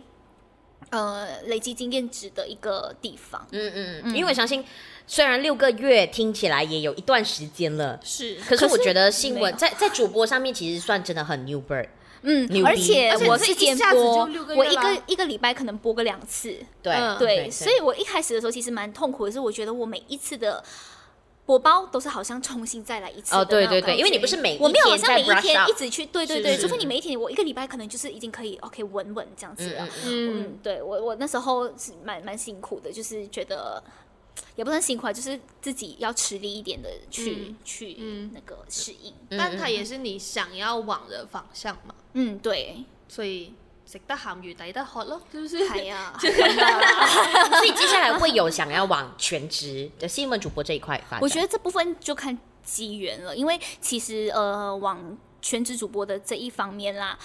Speaker 3: 呃累积经验值的一个地方。
Speaker 1: 嗯嗯嗯，因为我相信，虽然六个月听起来也有一段时间了，
Speaker 2: 是
Speaker 1: 可是
Speaker 3: 可是
Speaker 1: 我觉得新
Speaker 3: 没
Speaker 1: 闻
Speaker 3: 有
Speaker 1: 在在主播上面其实算真的很 new bird。
Speaker 3: 嗯
Speaker 1: 牛，逼
Speaker 3: 而且
Speaker 1: 而且
Speaker 3: 我
Speaker 2: 这
Speaker 3: 是
Speaker 2: 一
Speaker 3: 兼
Speaker 2: 下子
Speaker 3: 播
Speaker 2: 就六个，月
Speaker 3: 我一
Speaker 2: 啦
Speaker 3: 个一个礼拜可能播个两次，
Speaker 1: 对
Speaker 2: 嗯
Speaker 3: 对，所以我一开始的时候其实蛮痛苦的，是我觉得我每一次的我包都是好像重新再来一次的
Speaker 1: 哦，对
Speaker 3: 那种
Speaker 1: 对对，因为你不
Speaker 3: 感觉
Speaker 1: 是每一
Speaker 3: 我没有好
Speaker 1: 天
Speaker 3: 像
Speaker 1: 在
Speaker 3: 每一
Speaker 1: brush
Speaker 3: 天
Speaker 1: up，
Speaker 3: 一直去，对对
Speaker 1: 是
Speaker 3: 对，
Speaker 1: 是
Speaker 3: 除非你每一天，我一个礼拜可能就是已经可以 OK 稳稳这样子了。
Speaker 2: 嗯，
Speaker 3: 嗯，对我我那时候是蛮蛮辛苦的，就是觉得也不算辛苦啊，就是自己要吃力一点的去、
Speaker 2: 嗯
Speaker 3: 去
Speaker 2: 嗯
Speaker 3: 那个适应。
Speaker 2: 但它也是你想要往的方向嘛，
Speaker 3: 嗯，对，
Speaker 2: 所以食得鹹魚抵得渴咯，是 不是？
Speaker 3: 哎呀，
Speaker 2: 啊
Speaker 1: 所以接下来会有想要往全职的新闻主播这一块发展。
Speaker 3: 我觉得这部分就看机缘了，因为其实呃，往全职主播的这一方面啦，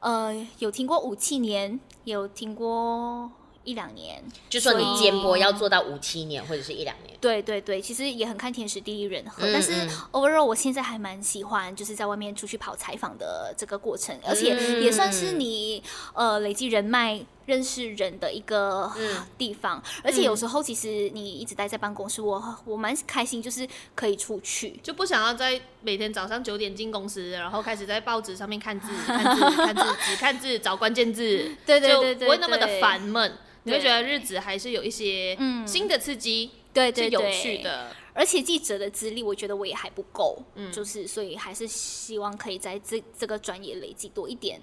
Speaker 3: 呃，有听过五七年，也有听过一两年，
Speaker 1: 就说你
Speaker 3: 所以
Speaker 1: 兼播要做到五七年或者是一两年，
Speaker 3: 对对对，其实也很看天时地利人和，
Speaker 1: 嗯
Speaker 3: 但是
Speaker 1: 嗯
Speaker 3: overall 我现在还蛮喜欢，就是在外面出去跑采访的这个过程，而且
Speaker 1: 嗯
Speaker 3: 也算是你呃累积人脉、认识人的一个
Speaker 1: 嗯
Speaker 3: 地方。而且有时候其实你一直待在办公室，我我蛮开心，就是可以出去。
Speaker 2: 就不想要在每天早上九点进公司，然后开始在报纸上面看 字、看字、看字、只看字、找关键字，
Speaker 3: 对对
Speaker 2: 就
Speaker 3: 对对
Speaker 2: 不会那么的
Speaker 3: 对
Speaker 2: 烦闷。你会
Speaker 3: 对
Speaker 2: 觉得日子还是有一些
Speaker 3: 嗯
Speaker 2: 新的刺激，
Speaker 3: 对
Speaker 2: 是
Speaker 3: 对对，
Speaker 2: 有趣。的。
Speaker 3: 而且记者的资历，我觉得我也还不够，
Speaker 2: 嗯
Speaker 3: 就是所以还是希望可以在这这个专业累积多一点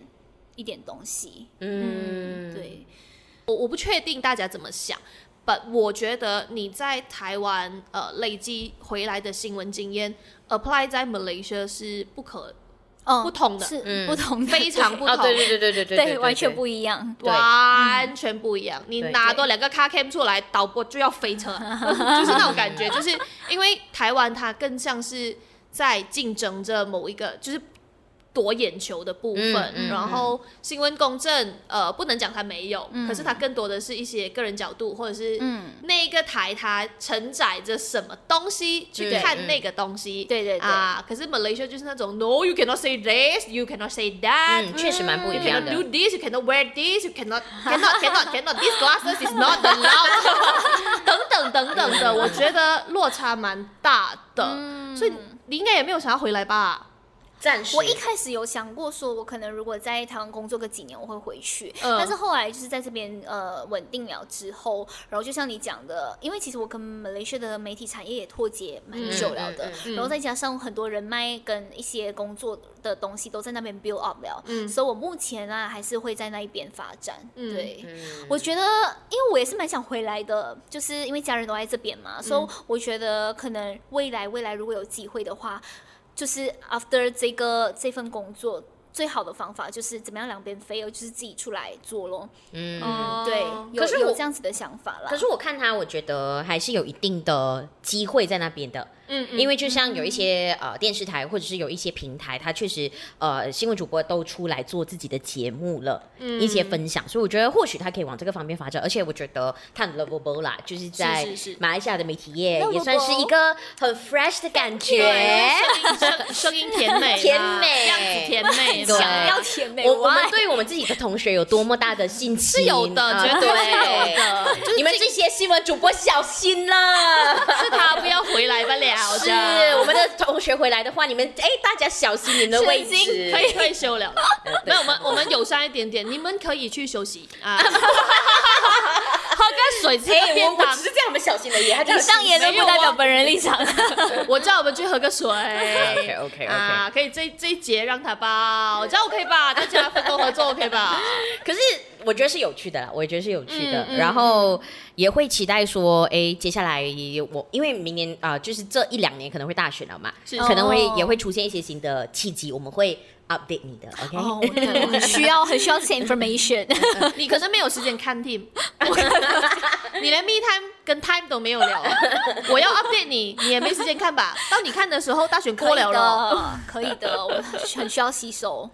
Speaker 3: 一点东西。
Speaker 1: 嗯，
Speaker 3: 对，
Speaker 2: 我我不确定大家怎么想。but 我觉得你在台湾呃累积回来的新闻经验，apply 在 Malaysia 是不可
Speaker 3: 嗯，
Speaker 2: 不同的，
Speaker 3: 是、
Speaker 1: 嗯
Speaker 3: 不同的，
Speaker 2: 非常 不
Speaker 1: 哦，
Speaker 2: 同
Speaker 1: 对对对对对对
Speaker 3: 啊对，完全。
Speaker 1: 对
Speaker 3: 不一样。
Speaker 1: 对
Speaker 2: 完全不一样。你
Speaker 1: 对
Speaker 2: 拿
Speaker 3: 对
Speaker 2: 多两个 car cam 出来，导播就要飞 车，就是那种感觉。就是因为台湾它更像是在竞争着某一个，就是。夺眼球的部分，
Speaker 1: 嗯嗯
Speaker 2: 然后新闻公正，呃，不能讲它没有，
Speaker 1: 嗯
Speaker 2: 可是它更多的是一些个人角度，或者是
Speaker 3: 嗯
Speaker 2: 那一个台它承载着什么东西去
Speaker 1: 嗯
Speaker 2: 看
Speaker 1: 嗯
Speaker 2: 那个东西，
Speaker 3: 对对对
Speaker 2: 啊。可是 Malaysia 就是那种 No, you cannot say this, you cannot say that，、
Speaker 1: 嗯，确实蛮不
Speaker 2: You
Speaker 1: 一样
Speaker 2: cannot
Speaker 1: 的。
Speaker 2: do this, you cannot wear this, you cannot, cannot, cannot, cannot. These glasses is not allowed. 嗯等等等等的，我觉得落差蛮大的，所以你应该也没有想要回来吧？
Speaker 1: 暂时，嗯
Speaker 3: 我一开始有想过，说我可能如果在台湾工作个几年，我会回去。
Speaker 2: 嗯
Speaker 3: 但是后来就是在这边呃稳定了之后，然后就像你讲的，因为其实我跟 Malaysia 的媒体产业也脱节蛮久了的，
Speaker 1: 嗯嗯
Speaker 2: 嗯
Speaker 3: 然后再加上很多人脉跟一些工作的东西都在那边 build up 了，
Speaker 2: 嗯
Speaker 3: 所以我目前啊还是会在那一边发展。
Speaker 2: 嗯
Speaker 3: 对，
Speaker 1: 嗯
Speaker 3: 我觉得，因为我也是蛮想回来的，就是因为家人都在这边
Speaker 2: 嗯
Speaker 3: 嘛，所以我觉得可能未来未来如果有机会的话，就是 after 这个这份工作，最好的方法就是怎么样两边飞，就是自己出来做咯。
Speaker 1: 嗯，
Speaker 2: 哦
Speaker 3: 对，有
Speaker 1: 可是
Speaker 3: 有
Speaker 1: 我
Speaker 3: 这样子的想法啦。
Speaker 1: 可是我看他，我觉得还是有一定的机会在那边的。
Speaker 2: 嗯
Speaker 1: 因为就像有一些呃电视台或者是有一些平台，它确实呃新闻主播都出来做自己的节目了，一些分享，所以我觉得或许他可以往这个方面发展，而且我觉得他很 lovable 啦，就是在
Speaker 2: 是是是
Speaker 1: 马来西亚的媒体业
Speaker 3: Lovable
Speaker 1: 也算是一个很 fresh 的感觉。
Speaker 2: 对，声音声音甜美啦，
Speaker 1: 甜 美
Speaker 2: 样子甜美
Speaker 1: 对
Speaker 2: 啦，
Speaker 3: 想要甜美，
Speaker 1: 我我们
Speaker 3: 爱
Speaker 1: 对我们自己的同学有多么大的信心
Speaker 2: 是有的，
Speaker 1: 啊
Speaker 2: 绝对是有 的，就是
Speaker 1: 你们这些新闻主播小心 了。
Speaker 2: 是他不要回来不了
Speaker 1: 是
Speaker 3: 啊
Speaker 2: 的，
Speaker 1: 我们的同学回来的话，你们哎，大家小心你们的位
Speaker 2: 已经
Speaker 1: 置。
Speaker 2: 可以退休了。
Speaker 1: 呃，对
Speaker 2: 没有，我们我们友善一点点，你们可以去休息啊，喝个水，吃
Speaker 1: 哎
Speaker 2: 个，
Speaker 1: 我
Speaker 2: 便
Speaker 1: 我
Speaker 2: 当
Speaker 1: 只。是叫我们小心而已，他就
Speaker 3: 以上言论不代
Speaker 1: 啊
Speaker 3: 表本人立场。
Speaker 2: 我叫我们去喝个 水。
Speaker 3: 嗯
Speaker 1: OK，OK，OK
Speaker 2: 啊，可以这这一节让他包，这样 OK 吧？大家分工合作 OK 吧？
Speaker 1: 可是我觉得是有趣的啦，我觉得是有趣的，
Speaker 2: 嗯嗯
Speaker 1: 然后也会期待说，哎，接下来我因为明年啊、呃就是这一两年可能会大选了嘛，
Speaker 2: 是
Speaker 1: 可能会、
Speaker 3: 哦
Speaker 1: 也会出现一些新的契机，我们会 update 你的，OK？、
Speaker 3: 哦，我我很需要很需要这些 information。
Speaker 2: 你可是没有时间看 team，你连 me time 跟 time 都没有聊。我要 update 你，你也没时间看吧？当你看的时候，大选 过了咯，
Speaker 3: 可以的，可以 的，我很需要吸收。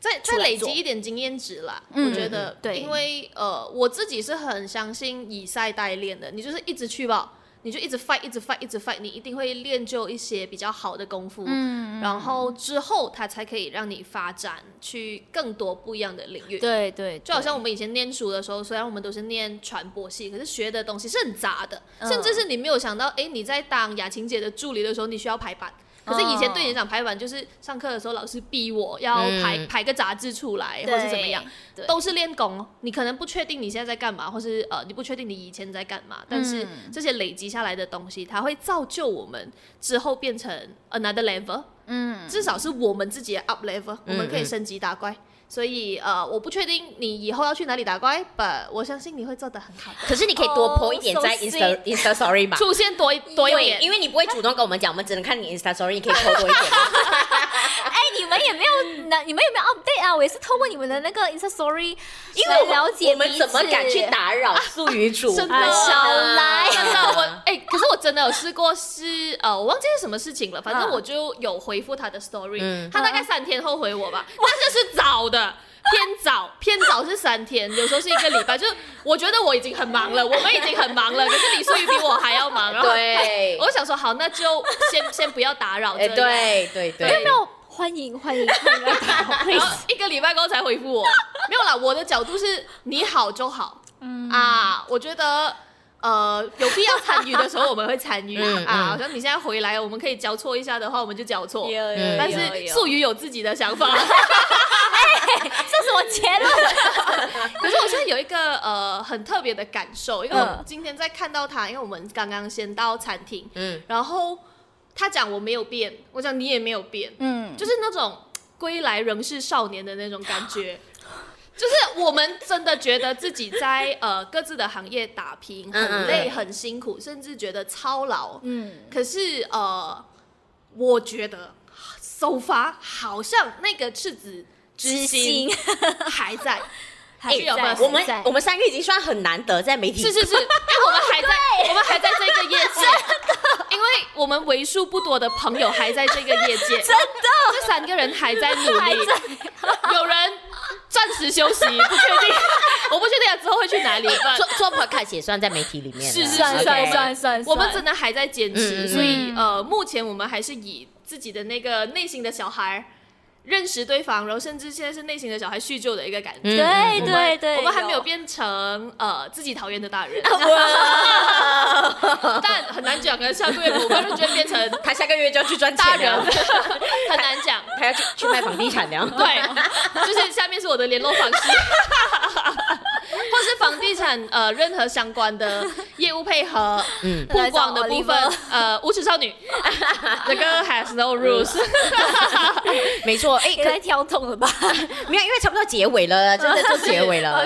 Speaker 2: 再再
Speaker 3: 出来
Speaker 2: 累积
Speaker 3: 做
Speaker 2: 一点经验值啦。
Speaker 3: 嗯
Speaker 2: 我觉得
Speaker 3: 嗯，对
Speaker 2: 因为呃，我自己是很相信以赛代练的，你就是一直去吧。你就一直 fight，一直 fight，一直 fight，你一定会练就一些比较好的功夫。
Speaker 3: 嗯，
Speaker 2: 然后之后它才可以让你发展去更多不一样的领域。，
Speaker 3: 对对，
Speaker 2: 就好像我们以前念书的时候，虽然我们都是念传播系，可是学的东西是很杂的，
Speaker 3: 嗯
Speaker 2: 甚至是你没有想到，哎，你在当雅琴姐的助理的时候，你需要排版，
Speaker 3: 哦
Speaker 2: 可是以前对你来讲，排版就是上课的时候老师逼我要
Speaker 1: 嗯
Speaker 2: 排、排个杂志出来，或是怎么样，
Speaker 3: 对
Speaker 2: 都是练功。你可能不确定你现在在干嘛，或是呃你不确定你以前在干嘛，但是
Speaker 3: 嗯
Speaker 2: 这些累积下来的东西，它会造就我们之后变成 another level。
Speaker 3: 嗯，
Speaker 2: 至少是我们自己的 up level，、我
Speaker 1: 嗯
Speaker 2: 们可以升级打怪。所以呃，我不确定你以后要去哪里打怪，but 我相信你会做得很好，
Speaker 1: 可是你可以多
Speaker 3: 哦
Speaker 1: po 一点
Speaker 3: so
Speaker 1: 在 Insta Insta Story 嘛。
Speaker 2: 出现多一多一
Speaker 1: 对，
Speaker 2: 点。
Speaker 1: 因为你不会主动跟我们讲，我们只能看你 Insta Story，你可以 po 多 一点嘛。
Speaker 3: 哎，你们也没有那，你们有没有 update 啊？我也是透过你们的那个 Insta Story，因
Speaker 1: 因为
Speaker 3: 了解
Speaker 1: 我们
Speaker 3: 彼
Speaker 1: 怎么
Speaker 3: 此
Speaker 1: 敢去打扰素鱼主
Speaker 2: 真的
Speaker 1: 播呢
Speaker 3: 少来
Speaker 2: 真的我哎、可是我真的有试过是呃，我忘记是什么事情了，反正
Speaker 3: 嗯
Speaker 2: 我就有回复他的 story，、
Speaker 1: 嗯
Speaker 2: 他大概三天后回我吧，但是是早的。偏早，偏早是三天，有时候是一个礼拜。就是我觉得我已经很忙了，我们已经很忙了，可是李素宇比我还要忙。然后
Speaker 1: 对
Speaker 2: 我想说好，那就先 先不要打扰。
Speaker 1: 哎，
Speaker 2: 这样，
Speaker 1: 对对
Speaker 3: 没有
Speaker 1: 对，
Speaker 3: 没有，欢迎欢迎欢迎来打 我
Speaker 2: 然后一个礼拜后才回复我，没有啦。我的角度是你好就好，
Speaker 3: 嗯
Speaker 2: 啊，我觉得。呃，有必要参与的时候我们会参与
Speaker 1: 嗯嗯
Speaker 2: 啊。好像你现在回来，我们可以交错一下的话，我们就交错。
Speaker 3: 嗯有啊
Speaker 1: 有
Speaker 2: 但
Speaker 1: 有
Speaker 2: 是素鱼有自己的想法，
Speaker 3: 这是我结论。
Speaker 2: 可是我现在有一个呃很特别的感受，因为我
Speaker 3: 嗯
Speaker 2: 今天在看到他，因为我们刚刚先到餐厅，
Speaker 1: 嗯，
Speaker 2: 然后他讲我没有变，我讲你也没有变，
Speaker 3: 嗯，
Speaker 2: 就是那种归来仍是少年的那种感觉。 就是我们真的觉得自己在呃各自的行业打拼，
Speaker 1: 嗯
Speaker 2: 很累
Speaker 1: 嗯
Speaker 2: 很辛苦，甚至觉得操劳。
Speaker 3: 嗯，
Speaker 2: 可是呃，我觉得手法好像那个赤子心
Speaker 3: 知心
Speaker 2: 还在，
Speaker 3: 还
Speaker 2: 有
Speaker 3: 在
Speaker 2: 吧
Speaker 1: 我们
Speaker 3: 还在
Speaker 1: 我们三个已经算很难得在媒体
Speaker 2: 是是 是，因为我们还在，我们还在这个业界，因为我们为数不多的朋友还在这个业界， 真的，这三个人还在努
Speaker 3: 还
Speaker 2: 力，
Speaker 3: 在
Speaker 2: 有人暂时休息，不确 定，我不确定他之后会去哪里。
Speaker 1: 做
Speaker 2: 但
Speaker 1: 做 podcast 也算在媒体里面了，
Speaker 2: 是是
Speaker 3: 算
Speaker 2: 是
Speaker 3: 算
Speaker 1: OK
Speaker 3: 算算，
Speaker 2: 我们真的还在坚
Speaker 1: 嗯嗯
Speaker 2: 持，
Speaker 1: 嗯
Speaker 2: 所以呃，目前我们还是以自己的那个内心的小孩认识对方，然后甚至现在是内心的小孩叙旧的一个感觉。
Speaker 1: 嗯
Speaker 3: 对
Speaker 1: 我
Speaker 3: 对对，
Speaker 2: 我们还没有变成呃自己讨厌的大 人， 但很难讲。可能下个月我们就觉得变成
Speaker 1: 他下个月就要去赚
Speaker 2: 大
Speaker 1: 钱
Speaker 2: 人，
Speaker 1: 了，
Speaker 2: 很难讲。
Speaker 1: 他要去去卖房地产了。
Speaker 2: 对，就是下面是我的联络方 式，或是房地产呃任何相关的业务配合，
Speaker 1: 嗯
Speaker 2: 曝光的部分
Speaker 3: 来找，
Speaker 2: 呃无耻少 女，这个 has no rules，
Speaker 1: 没错，哎，
Speaker 3: 也
Speaker 1: 可
Speaker 3: 太跳痛了吧？
Speaker 1: 没有，因为差不多结尾了，真的就结尾了。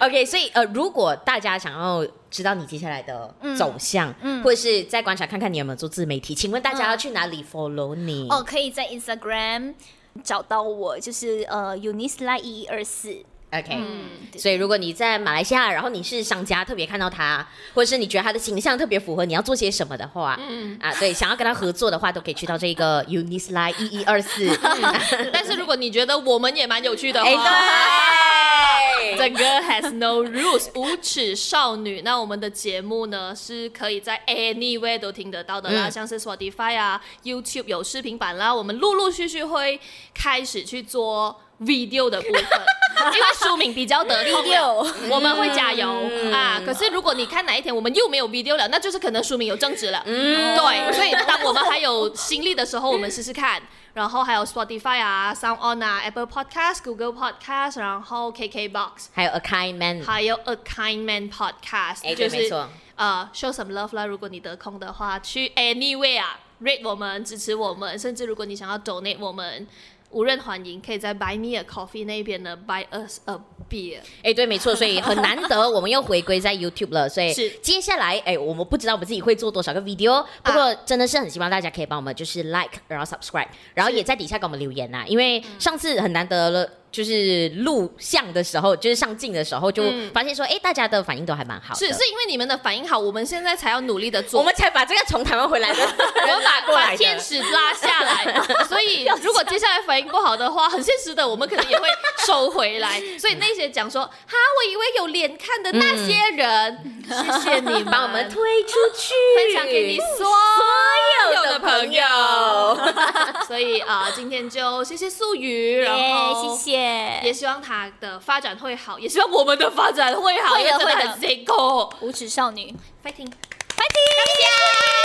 Speaker 1: OK，所以 呃，如果大家想要知道你接下来的走向，或者是再观察看看你有没有做自媒体，请问大家要去哪里 follow 你？
Speaker 3: 哦，可以在 Instagram 找到我，就是呃 Unisla 一一二四。
Speaker 1: OK，、
Speaker 3: 对
Speaker 1: 所以如果你在马来西亚，然后你是商家，特别看到他，或者是你觉得他的形象特别符合你要做些什么的话，啊，对，想要跟他合作的话，都可以去到这个 Unisly 一一二四，
Speaker 2: 但是如果你觉得我们也蛮有趣的
Speaker 1: 哎、
Speaker 2: 话。
Speaker 1: 对，
Speaker 2: 整个 has no rules 无耻少女，那我们的节目呢是可以在 anywhere 都听得到的啦，
Speaker 1: 嗯
Speaker 2: 像是 Spotify 啊、YouTube 有视频版啦，我们陆陆续续会开始去做 video 的部分， 因为书名比较得痛了
Speaker 3: Video
Speaker 2: 我们会加油、
Speaker 1: 嗯
Speaker 2: 啊。可是如果你看哪一天我们又没有 video 了，那就是可能书名有争执了，
Speaker 1: 嗯
Speaker 2: 对，所以当我们还有心力的时候，我们试试看。然后还有 Spotify 啊、Sound On 啊、Apple Podcast、Google Podcast，然后 KKBox，
Speaker 1: 还有 A Kind Man，
Speaker 2: 还有 A Kind Man Podcast，、
Speaker 1: 嗯哎对
Speaker 2: 就是
Speaker 1: 没错
Speaker 2: 呃 show some love 啦。如果你得空的话，去 anywhere 啊 rate 我们，支持我们，甚至如果你想要 donate 我们。无任欢迎，可以在 Buy Me a Coffee 那边呢 Buy us a beer。
Speaker 1: 哎，对，没错，所以很难得 我们又回归在 YouTube 了，所以
Speaker 2: 是啊
Speaker 1: 接下来，哎，我们不知道我们自己会做多少个 video，不过真的是很希望大家可以帮我们就是 like，然后 subscribe，然后也在底下给我们留言呐、啊因为上次很难得了。就是录像的时候，就是上镜的时候，就发现说，哎、大家的反应都还蛮好的。
Speaker 2: 嗯是是因为你们的反应好，我们现在才要努力的做。
Speaker 1: 我们才把这个从台湾回 来的
Speaker 2: 我
Speaker 1: 人
Speaker 2: 们
Speaker 1: 拉
Speaker 2: 把
Speaker 1: 过来
Speaker 2: 把
Speaker 1: 的
Speaker 2: 天使拉下来，所 以如果接下来反应不好的话， 很现实的，我们可能也会收回 来。所以那些讲说哈，我以为有脸看的那些
Speaker 3: 嗯
Speaker 2: 人，谢谢你
Speaker 1: 把我们推出去，
Speaker 2: 分享给你所有的朋友。 所以啊、呃今天就谢谢素鱼，然
Speaker 3: 耶，
Speaker 2: 后
Speaker 3: 谢。谢
Speaker 2: 也。希望他的发展会好，也希望我们的发展会好，
Speaker 3: 会
Speaker 2: 因为真
Speaker 3: 的
Speaker 2: 的
Speaker 3: 会的
Speaker 2: 很辛苦。
Speaker 3: 无耻少女，
Speaker 2: Fighting！
Speaker 3: 拜拜。